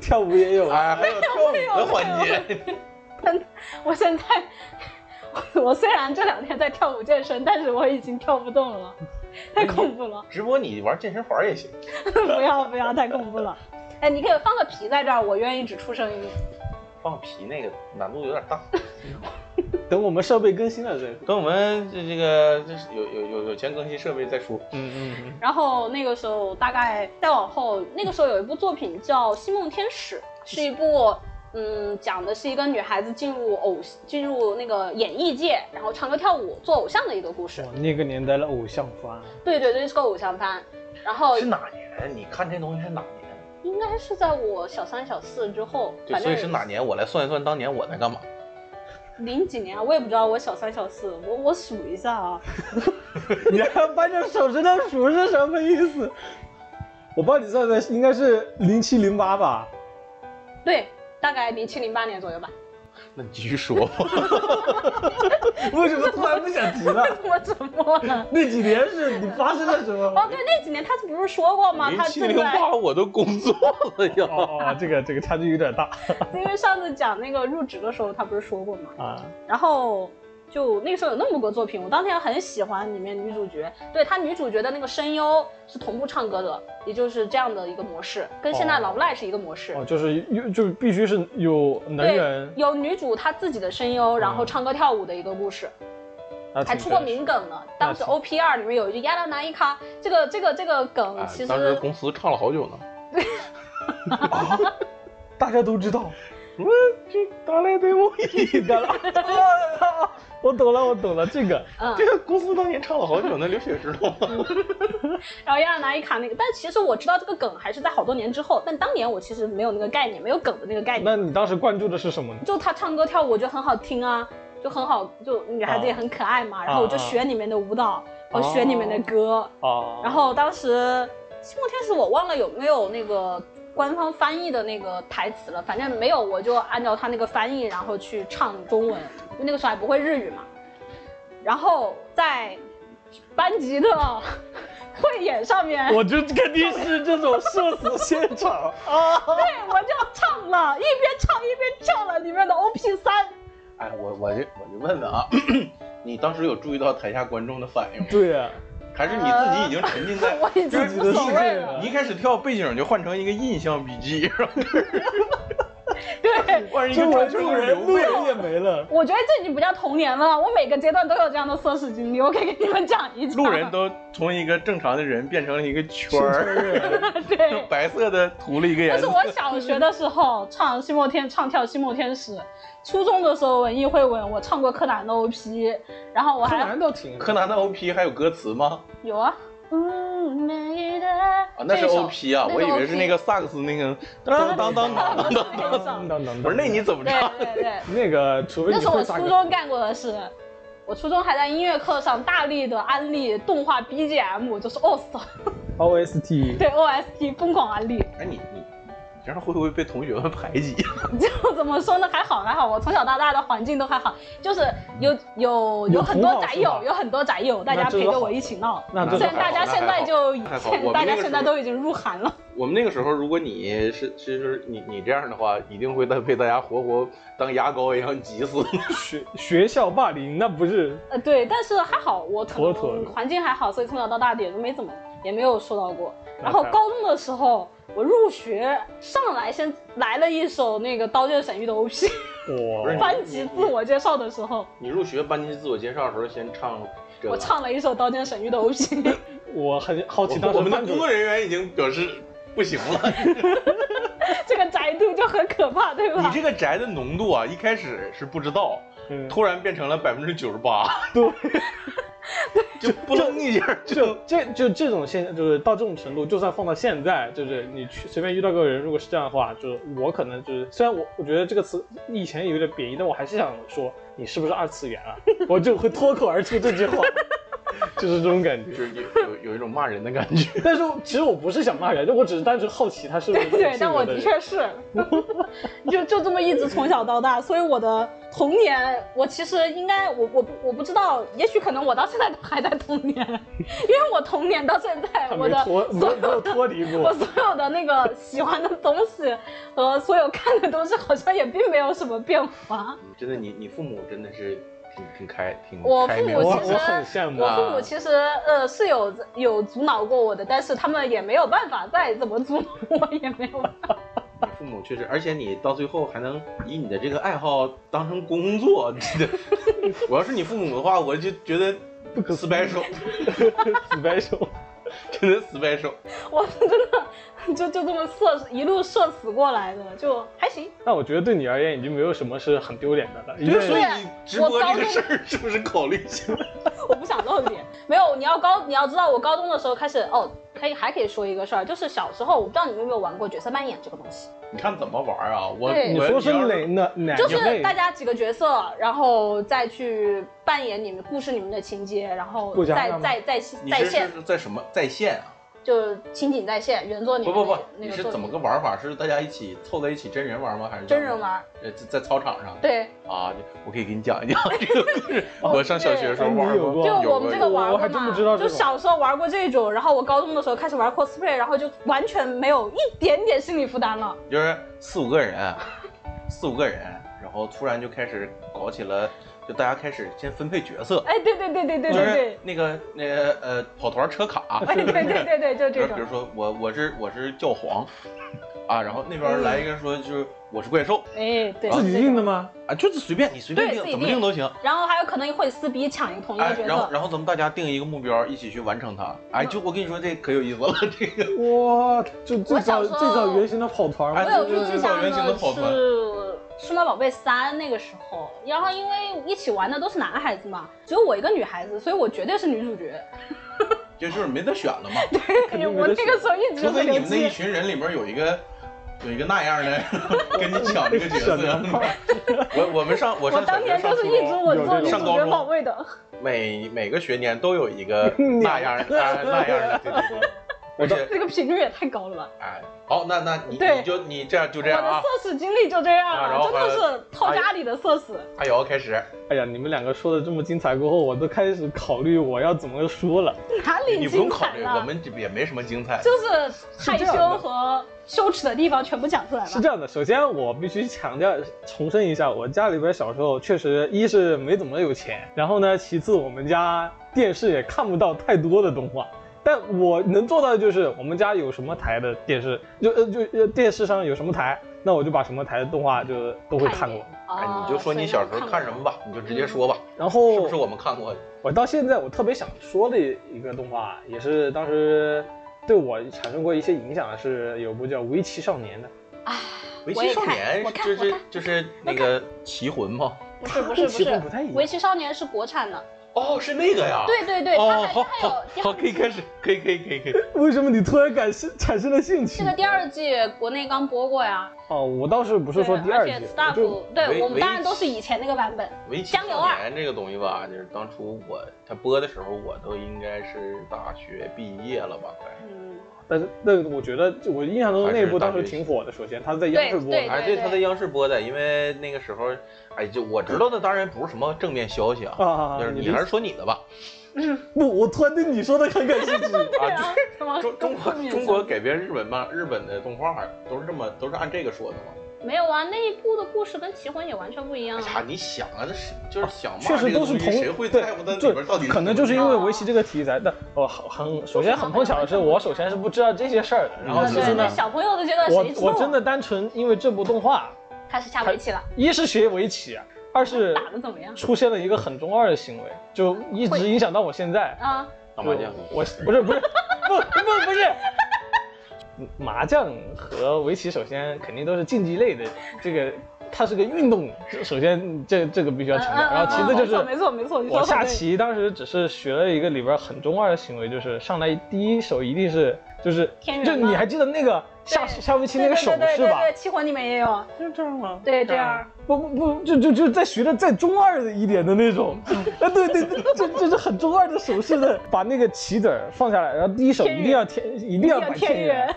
S3: 跳舞也有啊，
S1: 哎，还有跳舞的环节。
S2: 我现在，我虽然这两天在跳舞健身，但是我已经跳不动了，太恐怖了！
S1: 直播你玩健身环也行。
S2: 不要不要，太恐怖了。 哎，你可以放个皮在这儿，我愿意只出声音。
S1: 放皮那个难度有点大，
S3: 等我们设备更新了再，
S1: 等我们这这个这是有有有有钱更新设备再说。
S3: 嗯嗯
S2: 然后那个时候大概再往后，那个时候有一部作品叫《星梦天使》，是一部嗯讲的是一个女孩子进入偶进入那个演艺界，然后唱歌跳舞做偶像的一个故事
S3: 嗯，。哇，那个年代的偶像番，
S2: 对对对，是个偶像番。然后
S1: 是哪年？你看这东西是哪年？
S2: 应该是在我小三小四之后，
S1: 对，
S2: 反
S1: 所
S2: 正
S1: 以是哪年？我来算一算当年我在干嘛。
S2: 零几年啊，我也不知道，我小三小四，我我数一下啊，
S3: 你还扳着手指头数是什么意思？我帮你算的应该是零七零八吧？
S2: 对，大概零七零八年左右吧。
S1: 那你继续说吧。
S3: 为什么突然不想提了？
S2: 我沉默了。
S3: 那几年是你发生了什么？
S2: 哦，对，那几年他不是说过吗？
S1: 零
S2: 他
S1: 七
S2: 正
S1: 零
S2: 在
S1: 八我都工作了呀。
S3: 哦哦，这个这个差距有点大
S2: 因为上次讲那个入职的时候，他不是说过吗？
S3: 啊。
S2: 然后就那个时候有那么个作品，我当天很喜欢里面女主角，对她女主角的那个声优是同步唱歌的，也就是这样的一个模式，跟现在
S3: 哦
S2: 老不赖是一个模式。
S3: 哦，就是有就必须是有能
S2: 对
S3: 人，
S2: 有女主她自己的声优，然
S1: 嗯
S2: 后唱歌跳舞的一个故事，
S3: 啊
S2: 还
S3: 挺
S2: 出过
S3: 真实
S2: 名梗呢。当时 O P 二里面有一句“亚拉拿伊卡”，这个这个这个梗
S1: 啊
S2: 其，实、
S1: 当时公司唱了好久呢。
S3: 啊，大家都知道。
S1: 我这打来对我
S3: 你干 了、啊我懂了，我懂了，这个
S2: 嗯，
S1: 这个公司当年唱了好久呢，刘雪知道吗？
S2: 然后亚拉拿伊卡那个，但其实我知道这个梗还是在好多年之后，但当年我其实没有那个概念，没有梗的那个概念。
S3: 那你当时关注的是什么呢？
S2: 就她唱歌跳舞，我觉得很好听啊，就很好，就女孩子也很可爱嘛。然后我就学里面的舞蹈，我学里面的歌。哦
S3: 啊，
S2: 然后当时《星梦天使》，我忘了有没有那个官方翻译的那个台词了，反正没有，我就按照他那个翻译，然后去唱中文，因为那个时候还不会日语嘛。然后在班级的 汇演上面，
S3: 我就肯定是这种社死现场啊，
S2: 对哎我就唱了，一边唱一边跳了里面的 OP 三。
S1: 哎，我我就我就问问啊，你当时有注意到台下观众的反应吗？
S3: 对啊，
S1: 还是你自己已经沉浸在
S2: 我已
S1: 就
S2: 经
S1: 是
S2: 无
S3: 自己
S2: 所谓
S3: 的世界了
S2: 了。
S1: 你一开始跳背景就换成一个印象笔记，然后
S2: 对，
S1: 换成一
S3: 周
S1: 个
S3: 围
S1: 转
S3: 路
S1: 圈
S3: 人
S1: 流
S3: 路
S1: 泪。
S3: 人也没 了，
S2: 我觉得这已经不叫童年了，我每个阶段都有这样的奢侈经历，我可以给你们讲一讲。
S1: 路人都从一个正常的人变成了一个圈儿，，
S2: 对
S1: 白色的涂了一个
S2: 这
S1: 颜
S2: 是
S1: 色。
S2: 我小学的时候唱《西莫天》，唱跳《西莫天使》。初中的时候文艺汇文，我唱过柯南的 OP，然 后我
S3: 柯
S2: 还
S3: 南倒挺
S1: 柯南的 OP 还有歌词吗？
S2: 有啊。嗯，美的
S1: 啊，那是
S2: 这首
S1: OP 啊，
S2: 那
S1: 我
S2: 是
S1: 以为是
S2: OP
S1: 那个萨克斯那个当当当当当当。
S2: 这首
S3: 当当
S1: 我说那你怎么
S2: 对
S1: 唱？
S2: 对 对，
S3: 那个，除非
S2: 那
S3: 你
S2: 是我
S3: 会萨克
S2: 初
S3: 斯
S2: 中干过的事。我初中还在音乐课上大力的安利动画 BGM，我就是 OS，
S3: OST，
S2: 对 OST 疯狂安利。
S1: 哎，你你你这样会不会被同学们排挤？啊
S2: 就怎么说呢？还好还好，我从小到大的环境都还好，就是有有有很多
S3: 有同
S2: 宅
S3: 好
S2: 友
S3: 是，吧
S2: 有很多宅友，大家陪着我一起闹。
S3: 那
S1: 这
S3: 这
S2: 虽
S1: 就
S2: 然
S1: 好
S2: 大家现在就
S1: 那还 好
S2: 现
S1: 我们
S2: 大
S1: 那
S2: 家
S1: 个
S2: 现在
S1: 时候
S2: 都已经入韩了，
S1: 我们那个时候，如果你是其实你你这样的话，一定会被大家活活当牙膏一样挤死。
S3: 学学校霸凌那不是
S2: 呃，对，但是还好我可
S3: 妥妥
S2: 能
S3: 的
S2: 环境还好，所以从小到大也都没怎么也没有受到过。然后
S3: 那还好
S2: 高中的时候，我入学上来先来了一首那个《刀剑神域》的 OP，
S1: 不是
S3: 哇，
S2: 班级自我介绍的时候，
S1: 你入学班级自我介绍的时候，先唱这个。
S2: 我唱了一首《刀剑神域》的 OP。
S3: 我很好
S1: 我
S3: 奇当时
S1: 我们的
S3: 班主
S1: 工作人员已经表示不行了。
S2: 这个宅度就很可怕，对
S1: 你
S2: 吧？
S1: 这个宅的浓度啊，一开始是不知道，
S3: 嗯
S1: 突然变成了百分之九十八，
S3: 对。
S1: 就不楞一下就
S3: 就这就这种现就是到这种程度，就算放到现在，就是你去随便遇到个人，如果是这样的话，就是我可能就是虽然我我觉得这个词以前有点贬义，但我还是想说你是不是二次元啊？我就会脱口而出这句话， 就是这种感觉。
S1: 就是有有有一种骂人的感觉。
S3: 但是我其实我不是想骂人，我只是单纯好奇他是不是
S2: 对，但
S3: 性
S2: 我
S3: 格的
S2: 的
S3: 人。
S2: 确是，就就这么一直从小到大，所以我的童年，我其实应该，我我不我不知道，也许可能我到现在都还在童年， 因为我童年到现在，
S3: 他
S2: 我
S3: 没
S2: 的
S3: 脱没
S2: 所
S3: 有没有脱离
S2: 我
S3: 过，
S2: 所有的那个喜欢的东西和所有看的东西，好像也并没有什么变化。
S1: 真的，你你父母真的是挺挺开挺
S2: 我
S1: 开
S2: 父
S1: 明
S2: 母
S1: 的。
S3: 我
S2: 其
S3: 我很羡慕
S2: 实，我
S3: 啊
S2: 父母其实呃是有有阻挠过我的，但是他们也没有办法，再怎么阻挠我也没有办法。
S1: 你父母确实，而且你到最后还能以你的这个爱好当成工作， 真的。我要是你父母的话，我就觉得
S3: 不可
S1: 死白手，
S3: 死白手。
S1: 真的死白手。
S2: 我真的就就这么射一路射死过来的，就还行。
S3: 那我觉得对你而言已经没有什么是很丢脸的了，因
S1: 就
S3: 为
S1: 是所以你直播这个事儿是不是考虑一下？
S2: 我不想露脸，没有。你要高，你要知道，我高中的时候开始哦，可以还可以说一个事儿，就是小时候我不知道你们有没有玩过角色扮演这个东西，
S1: 你看怎么玩儿啊？我
S2: 对
S3: 你
S1: 我
S3: 说是
S1: 要
S3: 哪哪哪
S2: 就
S3: 一
S2: 是
S3: 类
S2: 大？家几个角色，然后再去扮演你们故事里面的情节，然后
S3: 不加
S2: 再
S3: 上吗
S2: 再再
S1: 你
S2: 再
S1: 是
S2: 现，
S1: 是在什么在线啊？
S2: 就是情景再现原作里
S1: 不
S2: 面
S1: 不不
S2: 那个，那
S1: 你
S2: 个
S1: 是
S2: 作
S1: 怎么
S2: 品
S1: 个玩法？是大家一起凑在一起真人玩吗？还是
S2: 真人？玩儿？
S1: 呃，在在操场上。
S2: 对，
S1: 啊，我可以给你讲一讲这个故事。我上小学的时候玩
S3: 哦哎你有过
S2: 就
S1: 过，
S2: 我们这个玩
S3: 我
S2: 过
S3: 还
S2: 嘛，
S3: 真不知道这
S2: 就
S3: 种
S2: 小时候玩过这种，然后我高中的时候开始玩 cosplay，然后就完全没有一点点心理负担了。
S1: 就是四五个人，四五个人，然后突然就开始搞起了，就大家开始先分配角色，
S2: 哎，对对对对对
S1: 就
S2: 对
S1: 是
S2: 对，
S1: 那个那个呃跑团车卡，呃
S2: 哎对对对对，就这
S1: 比 如
S2: 种，
S1: 说我我是我是教皇，啊，然后那边来一个说就是我是怪兽
S2: 哎对，
S3: 自己定的
S2: 吗？
S3: 吗？
S1: 啊，就是随便你随便
S2: 对
S1: 定
S2: 自己
S1: 怎么定
S2: 定
S1: 都行。
S2: 然后还有可能会撕逼抢一同一个
S1: 哎，
S2: 角
S1: 然后
S2: 色，
S1: 然后咱们大家定一个目标，一起去完成它。哎，
S2: 嗯
S1: 就我跟你说，这可有意思了，这个
S3: 哇，就最
S2: 我
S3: 早
S2: 小时候
S3: 最早原型的跑团
S1: 哎
S2: 我
S3: 嘛，
S2: 有
S1: 对对
S2: 预
S1: 对
S2: 知下
S1: 对
S2: 呢
S1: 对对对对
S2: 是《数码宝贝三》那个时候，然后因为一起玩的都是男孩子嘛，只有我一个女孩子，所以我绝对是女主角。
S1: 就就是没得选了嘛。
S3: 肯定没
S2: 我
S3: 得
S2: 那个时候一直
S1: 除
S2: 都是
S1: 非你
S2: 刘
S1: 们那一
S2: 基，
S1: 群人里面有一个有一个那样 的跟你抢这个角
S3: 小娘
S1: 色。
S3: 炮，
S1: 我我们上我
S2: 我
S1: 上小
S2: 当
S1: 学
S2: 年
S1: 上
S2: 就是
S1: 初
S2: 一直
S1: 中，
S2: 稳坐
S3: 有这
S2: 女
S1: 种
S2: 主角宝位的。
S1: 每每个学年都有一个那样的啊那样的，对 对对。而且
S2: 这个频率也太高了吧！
S1: 哎，好，那那你
S2: 对
S1: 你就你这样就
S2: 我
S1: 这样
S2: 的
S1: 啊。
S2: 社死经历就这样
S1: 啊然后
S2: 了，真
S1: 还
S2: 的是套家里的社死。
S1: 阿瑶开始，
S3: 哎呀，你们两个说的这么精彩过后，我都开始考虑我要怎么说了。
S2: 哪
S1: 哎你
S2: 里
S1: 不用
S2: 精
S1: 考
S2: 彩
S1: 虑，我
S2: 了？
S1: 们这也没什么精彩。
S2: 就是害
S3: 是这样的
S2: 羞和羞耻的地方全部讲出来
S3: 是
S2: 了。
S3: 这样的，首先我必须强调重申一下，我家里边小时候确实一是没怎么有钱，然后呢，其次我们家电视也看不到太多的动画。但我能做到的就是，我们家有什么台的电视，就呃就呃电视上有什么台，那我就把什么台的动画就都会看
S2: 一
S3: 过
S2: 眼。
S1: 哎，
S2: 啊
S1: 你就说你小时候看什么？吧，你就直接说吧，
S3: 然后
S2: 嗯
S1: 是不是我们看过的？
S3: 我到现在我特别想说的一个动画，也是当时对我产生过一些影响的，是有部叫《围棋少年》的。
S1: 围
S2: 啊我
S1: 棋
S2: 也
S1: 少
S2: 看
S1: 年
S2: 我看
S1: 就
S2: 我
S1: 是
S2: 看
S1: 就是那个棋魂吗？
S2: 所以看过不是不
S3: 棋
S2: 是
S3: 魂
S2: 不
S3: 不
S2: 是，
S3: 太一样
S2: 围棋少年是国产的。
S1: 哦，是那个呀。。
S2: 对对对，它
S1: 哦，
S2: 还
S1: 好好
S2: 它还有第
S1: 好，
S2: 二
S1: 可以开始，可以可以可以可以。
S3: 为什么你突然感兴产生了兴趣？
S2: 这个第二季国内刚播过呀。
S3: 哦，我倒是不
S2: 不
S3: 是说第二季，
S2: 而且
S3: 我就
S2: staff 对
S1: 围
S2: 我们
S1: 围
S2: 当然都是以前那个版本。
S1: 围棋
S2: 江流
S1: 少
S2: 儿
S1: 年这个东西吧，就是当初我他播的时候，我都应该是大学毕业了吧，快。
S2: 嗯，
S3: 但是那个我觉得我印象中那一部当时挺火的。首先，它在央视播
S2: 对
S3: 的
S1: 哎，对，他在央视播的，因为那个时候，哎，就我知道的，当然不是什么正面消息啊，
S3: 啊
S1: 就是，你
S3: 的
S1: 还是说你的吧。
S3: 不，我突然对你说的很感兴
S1: 啊，
S3: 趣。
S2: 对啊
S1: 就是
S2: 什么
S1: 中中
S2: 都
S1: 国
S2: 是
S1: 中国改编日本漫，日本的动画都是这么都是按这个说的嘛。
S2: 没有啊，那一部的故事跟《棋魂》也完全不一样
S1: 哎
S2: 啊。
S1: 呀，你想啊，这是就是想骂
S3: 确
S1: 这
S3: 实
S1: 个
S3: 都
S1: 东
S3: 是
S1: 西，
S3: 同
S1: 谁会在乎它
S3: 对，
S1: 里边到底
S3: 可能就是因
S1: 为
S3: 为围棋这个题
S2: 哦
S3: 材，但我很首先很碰巧的是，我首先是不知道这些事儿的，然后
S1: 嗯
S2: 啊
S3: 其
S2: 对
S3: 次
S2: 对，
S3: 哦呢
S2: 那，小朋友的阶段
S3: 我
S2: 谁知道啊？
S3: 我真的单纯因为这部动画，
S2: 开始下围棋了，
S3: 一是学围棋，二是
S2: 打的怎么样？
S3: 出现了一个很中二的行为，就一直影响到我现在。
S2: 啊，
S1: 打麻将，
S3: 我不是不是不不不是。麻将和围棋，首先肯定都是竞技类的，这个它是个运动，首先这这个必须要强调。然后其次就
S2: 嗯嗯嗯没
S3: 是，
S2: 错没错，没错你说
S3: 我
S2: 得
S3: 下
S2: 很对
S3: 棋当时只是学了一个里边很中二的行为，就是上来第一手一定是就是
S2: 天，元
S3: 就
S2: 吗
S3: 你还记得那个下
S2: 对
S3: 下围棋那个手
S2: 对对
S3: 势
S2: 对
S3: 吧啊
S2: 对？对，棋魂里面也有，
S3: 就是这样吗？
S2: 对这样。
S3: 不不不，就就就在学的再中二的一点的那种， 啊对对对，这这是很中二的手势的，把那个棋子儿放下来，然后第一手一定要天，一定要摆
S2: 天
S3: 天
S2: 元
S3: 元。，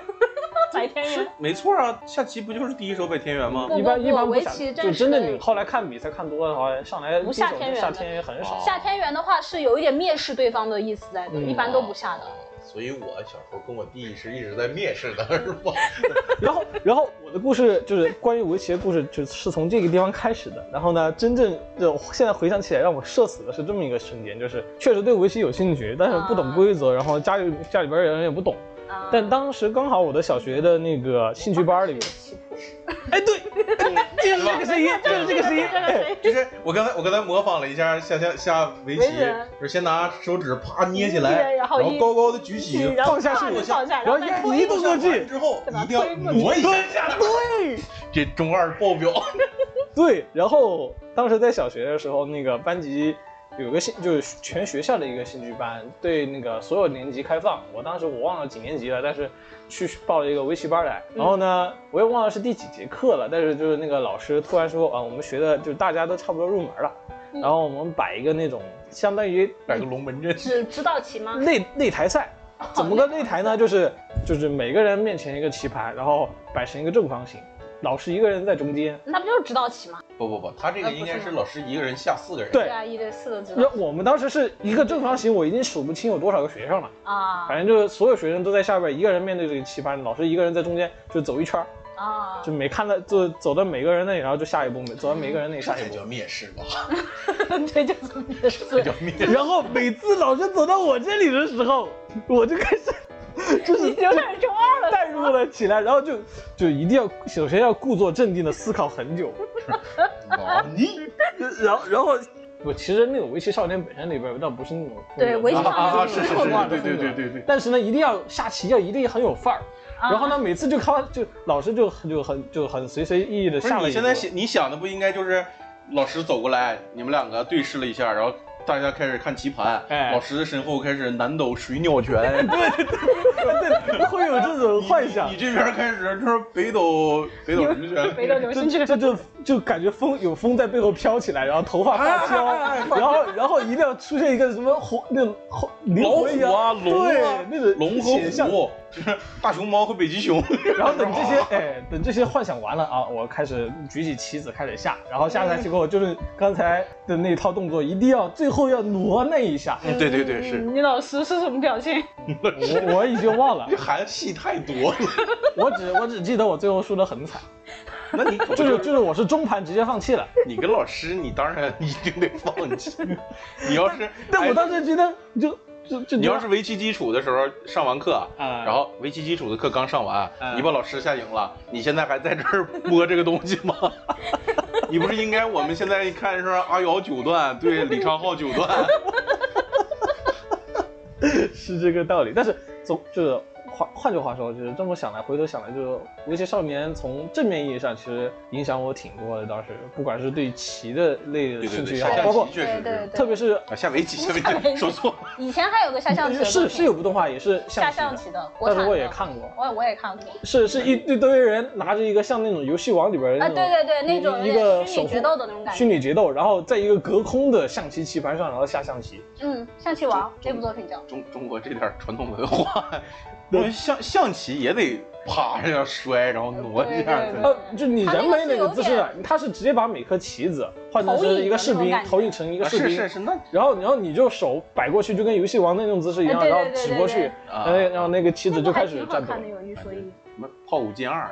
S2: 白天元。
S1: 没错啊，下棋不就是第一手摆天元吗？
S2: 不
S3: 一般
S2: 不
S3: 一般不
S2: 围
S3: 想
S2: 棋，真
S3: 就是真的你后来看比赛看多了，好像上来
S2: 不
S3: 第一
S2: 下
S3: 手
S2: 天
S3: 就
S2: 元
S3: 下
S2: 的
S3: 天元很少。
S2: 下天元的话是有一点蔑视对方的意思在的，
S3: 嗯
S2: 一般都不下的。
S1: 所以我小时候跟我弟是一直在蔑视的，是 吧？
S3: 然后然后我的故事就是关于围棋的故事，就是从这个地方开始的。然后呢，真正就现在回想起来，让我社死的是这么一个瞬间，就是确实对围棋有兴趣，但是不懂规则，然后家里家里边人也不懂。
S2: 啊
S3: 但当时刚好我的小学的那个兴趣班里面，哎， 对，就是这个声 音，就是这个声音，哎
S1: 就是我刚才我刚才模仿了一下下下下围棋
S2: 围人，
S1: 就是先拿手指啪捏起来，
S2: 捏然后一
S1: 高高的举起，
S2: 然后
S3: 放下
S2: 啪
S3: 去
S2: 就放下，
S3: 然后
S2: 再
S3: 压
S2: 推
S3: 你一动作
S1: 完
S3: 去，
S1: 之后
S2: 再把它
S1: 一定要
S2: 推过去
S1: 挪一下下来。
S3: 对
S1: 这中二爆表，
S3: 对。然后当时在小学的时候，那个班级有个兴就是全学校的一个兴趣班，对那个所有年级开放。我当时我忘了几年级了，但是去报了一个围棋班来。然后呢，我也忘了是第几节课了，但是就是那个老师突然说啊，我们学的就是大家都差不多入门了，
S2: 嗯
S3: 然后我们摆一个那种相当于
S1: 摆个龙门阵，
S2: 只知道棋吗？
S3: 擂擂台赛。怎么个擂台呢？就是就是每个人面前一个棋盘，然后摆成一个正方形，老师一个人在中间。
S2: 那不就是指导棋吗？
S1: 不不不，他这个
S2: 呃不
S1: 应该是
S2: 是吗
S1: 老师一个人下四个人。
S3: 对
S2: 啊，一对四的指
S3: 那
S2: 导
S3: 我们当时是一个正方形，我已经数不清有多少个学生了。
S2: 啊
S3: 反正就是所有学生都在下边，一个人面对这个棋盘，老师一个人在中间就走一圈儿，
S2: 啊
S3: 就！每看到就走到每个人那里，然后就下一步，每走到每个人那 里
S1: 这
S3: 下一
S1: 才
S3: 步
S1: 叫。蔑视吧？
S2: 对，就是也 是
S1: 这叫蔑 视。
S3: 然后每次老师走到我这里的时候，我就开始就是
S2: 你有点中二了。
S3: 代入了起来，然后就就一定要首先要故作镇定的思考很久，
S1: 老你
S3: 然后然后我其实那个围棋少年本身里边倒不是那种
S2: 对围棋
S1: 啊
S2: 少
S1: 啊啊！
S2: 年
S1: 是是
S2: 我
S1: 是，
S2: 忘
S1: 对对对对对。
S3: 但是呢，一定要下棋要一定很有范儿。
S2: 啊
S3: 然后呢，每次就靠就老师就就很就很随随意意的
S1: 不是
S3: 下了一
S1: 你现
S3: 步
S1: 在想你想的不应该就是老师走过来，你们两个对视了一下，然后大家开始看棋盘，
S3: 哎
S1: 老师身后开始南斗水鸟拳，
S3: 对，会有这种幻想
S1: 你。这边开始就是北斗北斗什么拳，
S2: 没啊到流
S3: 这
S2: 星拳
S3: 这这就就感觉风有风在背后飘起来，然后头发发飘，然后然后一定要出现一个什么虎那种虎灵
S1: 老
S3: 魂一样
S1: 虎啊，龙啊
S3: 对，那种
S1: 龙和
S3: 显像
S1: 虎，就是大熊猫和北极熊，
S3: 然后等这些，哎，等这些幻想完了啊，我开始举起棋子开始下，然后下下去过后就是刚才的那套动作，一定要最后要挪那一下，
S1: 嗯对对对是，
S2: 你老师是什么表情？
S3: 我我已经忘了
S1: 这，含戏太多了，
S3: 我只我只记得我最后输得很惨，
S1: 那你可不
S3: 就是就是我是中盘直接放弃了，
S1: 你跟老师，你当然一定得放弃， 你要是
S3: 但我
S1: 哎
S3: 当时觉得就就就
S1: 你要是围棋基础的时候上完课，
S3: 啊
S1: 然后围棋基础的课刚上完，
S3: 啊
S1: 你把老师吓醒了，你现在还在这儿摸这个东西 吗？你不是应该我们现在一看是阿瑶啊九段对李昌镐九段，
S3: 是这个道理，但是总就是换换句话说，就是这么想来，回头想来，就是围棋少年从正面意义上其实影响我挺多的。当时不管是对棋的类的
S1: 对对
S3: 兴
S1: 对，
S3: 趣也
S1: 下
S3: 好，
S1: 象
S3: 包括
S1: 棋确实是，
S2: 对对对
S3: 特别是
S1: 啊下围棋下围棋说错了，
S2: 以前还有个下象棋的作
S3: 是
S2: 品，
S3: 是有部动画也是象
S2: 下
S3: 棋
S2: 象
S3: 的，
S2: 棋的，国
S3: 但
S2: 产
S3: 是
S2: 的。
S3: 我也，看过，
S2: 我也我也看过。
S3: 是是一一堆人拿着一个像那种游戏王里边的
S2: 啊，
S3: 那种。
S2: 对对对，那种
S3: 一
S2: 有
S3: 个
S2: 点
S3: 手
S2: 虚
S3: 护
S2: 拟决斗的那种感
S3: 虚
S2: 觉。
S3: 拟决斗，然后在一个隔空的象棋棋盘上，然后下象棋。
S2: 嗯，象棋王那部作品叫。
S1: 中中国这点传统文 化，我们象象棋也得趴着要摔，然后挪一下
S2: 对对
S1: 才
S2: 对
S3: 呃，就你人没那个姿势
S2: 它那个是有
S3: 的，他是直接把每颗棋子换成是一个士
S2: 投影的
S3: 兵
S2: 那种感，觉
S3: 投影成一个
S1: 啊
S3: 士
S1: 是
S3: 兵，
S1: 是是，那
S3: 然后，然后你就手摆过去，就跟游戏王那种姿势一样，
S2: 哎对对
S3: 然后
S2: 对对
S3: 指过去
S2: 对，
S1: 啊
S3: 然后然后那个棋子
S2: 那
S3: 就
S2: 部
S3: 开
S2: 还
S3: 始
S2: 挺好
S3: 战斗
S2: 看。的，有一说一。
S1: 什么炮五进 二，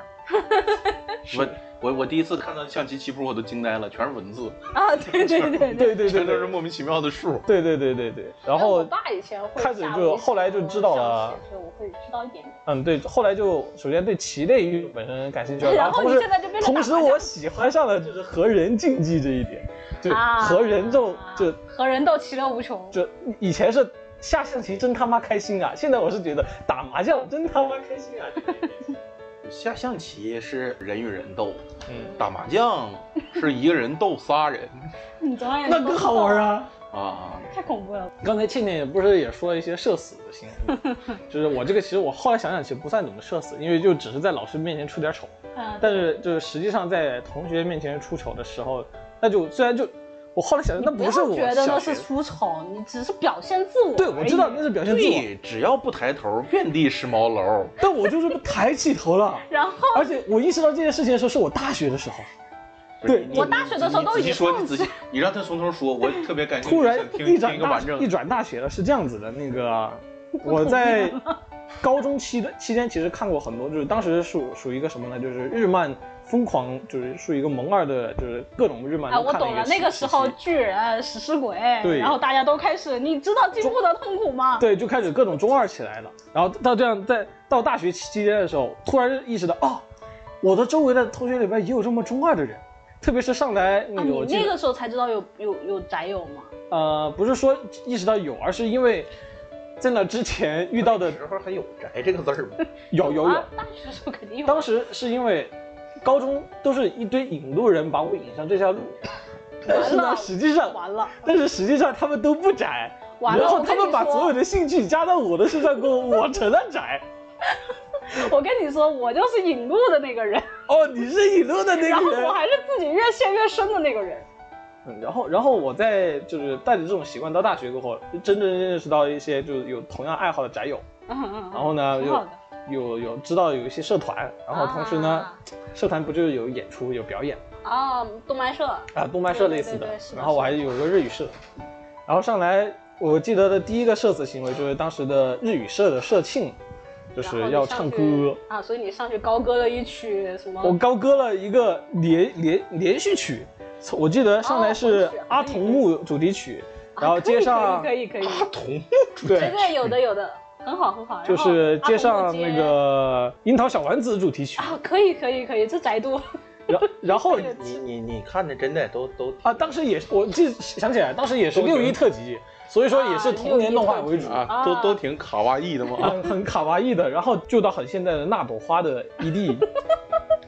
S1: 我我我第一次看到象棋棋谱我都惊呆了，全是文字，
S2: 啊，对对对对。
S3: 对对对
S1: 全都
S3: 对
S1: 是莫名其妙的数。
S3: 对对对对对。然
S2: 我
S3: 后，
S2: 爸以前会
S3: 开始
S2: 下
S3: 就
S2: 围棋
S3: 后来就知道了
S2: 和象棋所以我会知道一点点。
S3: 嗯，对，后来就首先对棋类运动本身感兴趣，
S2: 然后
S3: 同
S2: 你
S3: 时
S2: 现在就变成
S3: 同时
S2: 打麻将
S3: 我喜欢上了就是和人竞技这一点，就
S2: 啊
S3: 和人斗，就
S2: 和人斗，其乐无穷。
S3: 就以前是下象棋真他妈开心啊，现在我是觉得打麻将真他妈开心啊。
S1: 下象棋是人与人斗，
S3: 嗯，
S1: 打麻将是一个人斗仨人
S2: 你嗯总而言之
S3: 那更好玩啊。
S1: 啊。
S2: 太恐怖了。
S3: 刚才倩倩也不是也说了一些社死的行为吗， 就是我这个其实我后来想想，其实不算怎么社死，因为就只是在老师面前出点丑，
S2: 嗯，
S3: 但是就是实际上在同学面前出丑的时候，那就虽然就我后来想，那
S2: 不
S3: 是我
S2: 觉得
S3: 小
S2: 那
S3: 学
S2: 是出丑，你只是表现自我。
S3: 对，我知道。那是表现自我，
S2: 哦
S1: 对，只要不抬头，遍地是毛楼。
S3: 但我就是不抬起头 了，
S2: 然后
S3: 而且我意识到这件事情的时候是我大学的时候，对
S1: 不是你
S2: 我大学的时候都
S1: 你仔细
S2: 已经
S1: 说，你
S2: 放
S1: 仔
S2: 弃
S1: 细，你让他从头说，我特别感兴趣，
S3: 突然
S1: 想听
S3: 一
S1: 听
S3: 转
S1: 一个
S3: 大
S1: 完整
S3: 一。转大学了，是这样子的，那个我在高中期的期间，其实看过很多，就是当时属属于一个什么呢？就是日漫疯狂，就是属于一个萌二的，就是各种日漫
S2: 啊，
S3: 都
S2: 我
S3: 看了
S2: 懂
S3: 一
S2: 了，
S3: 个
S2: 那个
S3: 时
S2: 时候
S3: 时期
S2: 巨人、食尸鬼，
S3: 对
S2: 然后大家都开始，你知道进步的痛苦吗？
S3: 对，就开始各种中二起来了。然后到这样，在到大学期间的时候，突然意识到，哦，我的周围的同学里边也有这么中二的人。特别是上来那
S2: 啊，
S3: 个，
S2: 你
S3: 我记
S2: 那
S3: 得
S2: 个时候才知道有有有宅友吗？
S3: 呃，不是说意识到有，而是因为在那之前遇到的
S1: 时候还有“宅”这个字儿吗？
S3: 有有有
S2: 啊，，大学的时候 肯定有。
S3: 当时是因为高中都是一堆引路人把我引上这条路，但是
S2: 完了
S3: 呢，实际上，
S2: 完了，
S3: 但是实际上他们都不宅，
S2: 完了
S3: 然后
S2: 我
S3: 他
S2: 跟
S3: 们
S2: 你
S3: 把
S2: 说
S3: 所有的兴趣加到我的身上过后，我成了宅。
S2: 我跟你说，我就是引路的那个人，
S3: 哦，你是引路的那
S2: 然后
S3: 个人
S2: 我。还是自己越陷越深的那个人。
S3: 嗯，然后然后我在就是带着这种习惯到大学过后，就真正认识到一些就是有同样爱好的宅友，
S2: 嗯嗯嗯。
S3: 然后呢
S2: 挺好的。
S3: 就有有知道有一些社团，然后同时呢，
S2: 啊
S3: 社团不就是有演出有表演
S2: 啊，动漫社。
S3: 啊，动漫社类似的，
S2: 对对对是的
S3: 然后我还有个日语社，然后上来我记得的第一个社死行为就是当时的日语社的社庆，就
S2: 然后
S3: 是
S2: 你
S3: 要
S2: 上
S3: 唱
S2: 去
S3: 歌。
S2: 啊，所以你上去高歌了一曲什么？
S3: 我高歌了一个连连连续曲，我记得上来是
S2: 哦混血
S3: 阿童木主题曲，然后接上、
S2: 啊可以可以可以，可以
S1: 同
S2: 对
S3: 对，
S2: 对，有的有的，很好很好。然后
S3: 就是接
S2: 阿
S3: 上
S2: 童木接
S3: 那个樱桃小丸子主题曲，
S2: 啊，可以可以可以，这宅度
S3: 然然后
S2: 这个
S1: 你你你看着真的都都
S3: 啊，当时也是我记想起来，当时也是六一特辑，所以说也是童年动画为主。
S1: 啊
S2: 啊
S1: 都都挺卡哇伊的 嘛。
S3: 很很卡哇伊的，然后就到很现代的那朵花的 ED，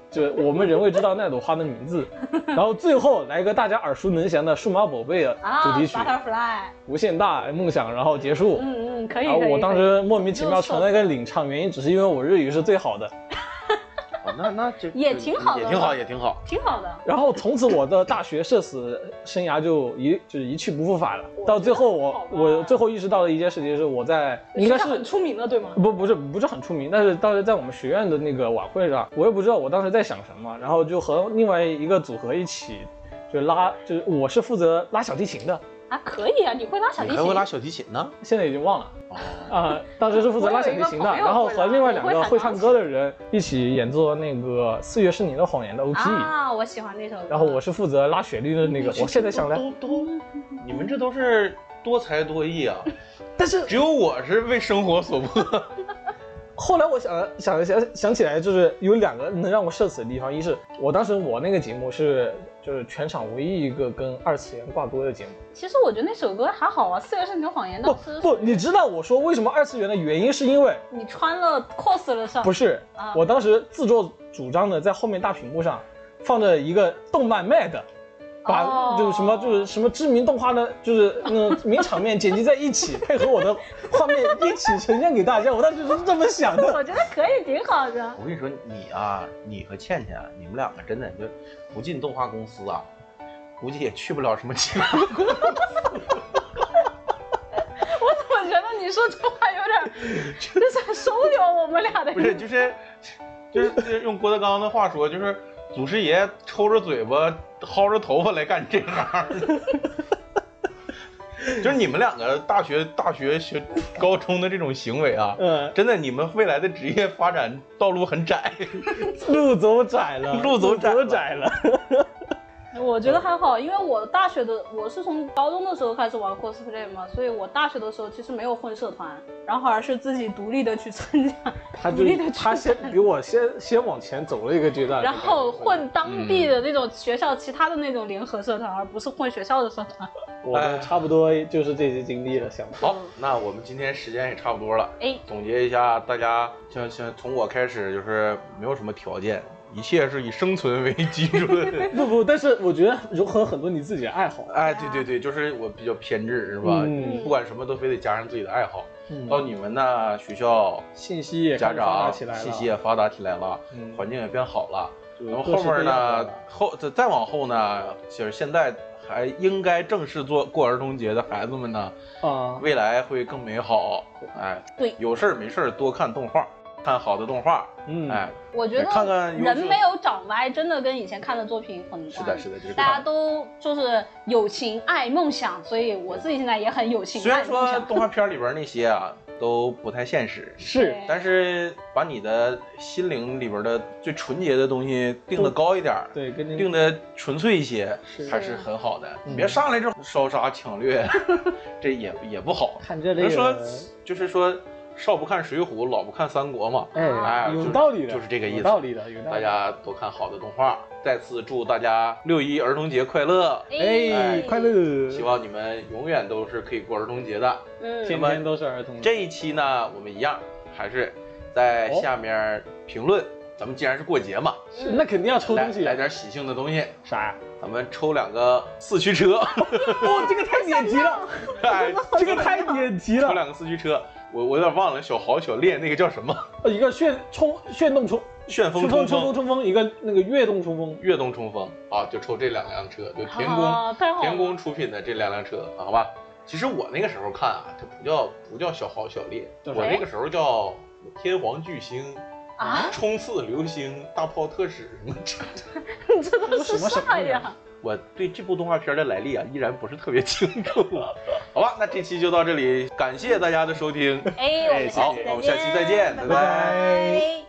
S3: 就我们人会知道那朵花的名字，然后最后来个大家耳熟能详的数码宝贝的
S2: 啊
S3: 主题曲，
S2: ，Butterfly，
S3: 无限大梦想，然后结束。
S2: 嗯嗯，可以
S3: 然后
S2: 可以。
S3: 我当
S2: 可以
S3: 时莫名其妙成了一个领唱，原因只是因为我日语是最好的。
S1: 哦，那那就
S2: 也挺好的
S1: 也挺好，也挺好。
S2: 挺好的，
S3: 然后从此我的大学社死生涯就一就是一去不复返了。到最后
S2: 好吧
S3: 我我最后意识到的一件事情是，我在应该
S2: 学校
S3: 是
S2: 很出名的，对吗？
S3: 不不是不是很出名，但是当时在我们学院的那个晚会上，我也不知道我当时在想什么，然后就和另外一个组合一起，就拉就是我是负责拉小提琴的，
S2: 啊，可以啊，你会拉小
S1: 你
S2: 提
S1: 还
S2: 琴，
S1: 会拉小提琴呢？
S3: 现在已经忘了。
S1: 哦，
S3: 啊、当时是负责拉小提琴的，
S2: 我有一个朋友
S3: 然后和另外两个会
S2: 会
S3: 唱
S2: 唱
S3: 歌的人一起演奏那个《四月是你的谎言》的 OP，、
S2: 啊，我喜欢那首歌。
S3: 然后我是负责拉旋律的那个。我现在想来，
S1: 都都，你们这都是多才多艺啊！
S3: 但是
S1: 只有我是为生活所迫。
S3: 后来我想想想想起来，就是有两个能让我社死的地方，一是我当时我那个节目是就是全场唯一一个跟二次元挂钩的节目。
S2: 其实我觉得那首歌还好啊，《四月是你的谎言》
S3: 不
S2: 当时
S3: 不，你知道我说为什么二次元的原因是因为
S2: 你穿了 cos 了上，
S3: 不
S2: 是
S3: 是
S2: 啊
S3: 我当时自作主张的在后面大屏幕上放着一个动漫 mad。把
S2: 哦
S3: 就是什么就是什么知名动画的，就是那种名场面剪辑在一起，配合我的画面一起呈现给大家。我当时是这么想的。
S2: 我觉得可以，挺好的。
S1: 我跟你说，你啊，你和倩倩，你们两个真的就不进动画公司啊，估计也去不了什么其他。
S2: 我怎么觉得你说这话 有点，就想收留我们俩的意 思？
S1: 不是，就是就是就是用郭德纲的话说，就是祖师爷抽着嘴巴薅着头发来干这行。 就是你们两个大学、大学学、高中的这种行为啊，
S3: 嗯，
S1: 真的，你们未来的职业发展道路很窄。
S3: 路走窄了，
S1: 路走窄了
S3: 窄了。
S2: 我
S1: 嗯
S2: 觉得还好，因为我大学的我是从高中的时候开始玩 cosplay 嘛，所以我大学的时候其实没有混社团，然后而是自己独立的去参加，
S1: 啊
S3: 他就
S2: 努力地
S3: 他
S2: 去
S3: 先比我先先往前走了一个阶段，
S2: 然后混
S1: 嗯
S2: 当地的那种学校其他的那种联合社团，而不是混学校的社团。
S3: 我
S1: 哎
S3: 的差不多就是这些经历了，想
S1: 好，那我们今天时间也差不多了。
S2: 哎，
S1: 总结一下，大家像像从我开始，就是没有什么条件，一切是以生存为基 准。
S3: 不不，但是我觉得融合很多你自己的爱好，啊
S1: 哎，对对对，就是我比较偏执，是吧？
S3: 嗯
S1: 不管什么都非得加上自己的爱好。
S3: 嗯
S1: 到你们呢，学校、
S3: 信息也
S1: 家
S3: 开始发达
S1: 长
S3: 起来了，
S1: 信息也发达起来了，
S3: 嗯
S1: 环境也变好了。
S3: 就是
S1: 然后后
S3: 各式各
S1: 面
S3: 样
S1: 呢
S3: 的，
S1: 后再再往后呢，就是现在还应该正式做过儿童节的孩子们呢，
S3: 啊，
S1: 未来会更美好。哎，
S2: 对
S1: 有事儿没事儿多看动画，看好的动画。
S3: 嗯，
S1: 哎，
S2: 我觉
S1: 看
S2: 得
S1: 看优秀
S2: 人没有长歪，真的跟以前看的作品很
S1: 是
S2: 像。
S1: 的，是的，就是
S2: 大家
S1: 看。
S2: 都就是友情爱梦想，所以我自己现在也很友情
S1: 虽
S2: 爱
S1: 然
S2: 梦
S1: 说
S2: 想。
S1: 动画片里边那些啊都不太现实，
S3: 是
S2: 对
S1: 但是把你的心灵里边的最纯洁的东西定的高一点儿，
S3: 对，跟
S1: 定
S3: 您
S1: 的纯粹一些
S3: 是
S1: 还是很好的。
S3: 嗯
S1: 你别上来这烧杀抢掠， 这也也不好。
S3: 看这
S1: 比
S3: 类
S1: 如
S3: 的
S1: 说，就是说少不看《水浒》，老不看《三国》嘛。哎
S2: 啊
S3: 哎，
S1: 就
S3: 有
S1: 是
S3: 道理的，
S1: 就是这个意思
S3: 有道理的，有道
S1: 大
S3: 理。
S1: 家多看好的动画。再次祝大家六一儿童节快乐！
S3: 哎，快！乐，
S1: 希望你们永远都是可以过儿童节的。
S2: 嗯
S3: 天，天都是儿童节。
S1: 这一期呢，我们一样还是在下面评论。咱们既然是过节嘛，
S2: 嗯
S3: 那肯定要抽
S1: 来
S3: 东西，啊
S1: 来点喜庆的东西。
S3: 啥呀？
S1: 咱们抽两个四驱 车，
S3: 哦，这个太点题了，
S1: 哎，
S3: 这个 太点题
S1: 抽
S3: 了。
S1: 两个四驱车。我我有点忘了，小豪、小烈那个叫什么？
S3: 呃一个炫冲炫动冲
S1: 旋风
S3: 冲
S1: 冲
S3: 锋冲
S1: 锋、
S3: 锋冲锋，一个那个跃动冲锋。
S1: 跃动冲锋啊，就抽这两辆车，就田宫、
S2: 啊，太好了，
S1: 田宫出品的这两辆车，好吧？其实我那个时候看啊，它不叫不叫小豪小烈，
S3: 叫啥
S1: 我那个时候叫天皇巨星
S2: 啊，
S1: 冲刺流星、大炮特使什么 之类的。
S2: 你这都是
S3: 什么什
S2: 啥
S3: 么
S1: 啊
S3: 呀
S2: 呀？
S1: 我对这部动画片的来历啊，依然不是特别清楚。 好吧，那这期就到这里，感谢大家的收听。
S2: 哎，我们
S3: 好
S2: 下期再
S1: 我们下期再
S2: 见，
S1: 见拜拜
S2: 拜拜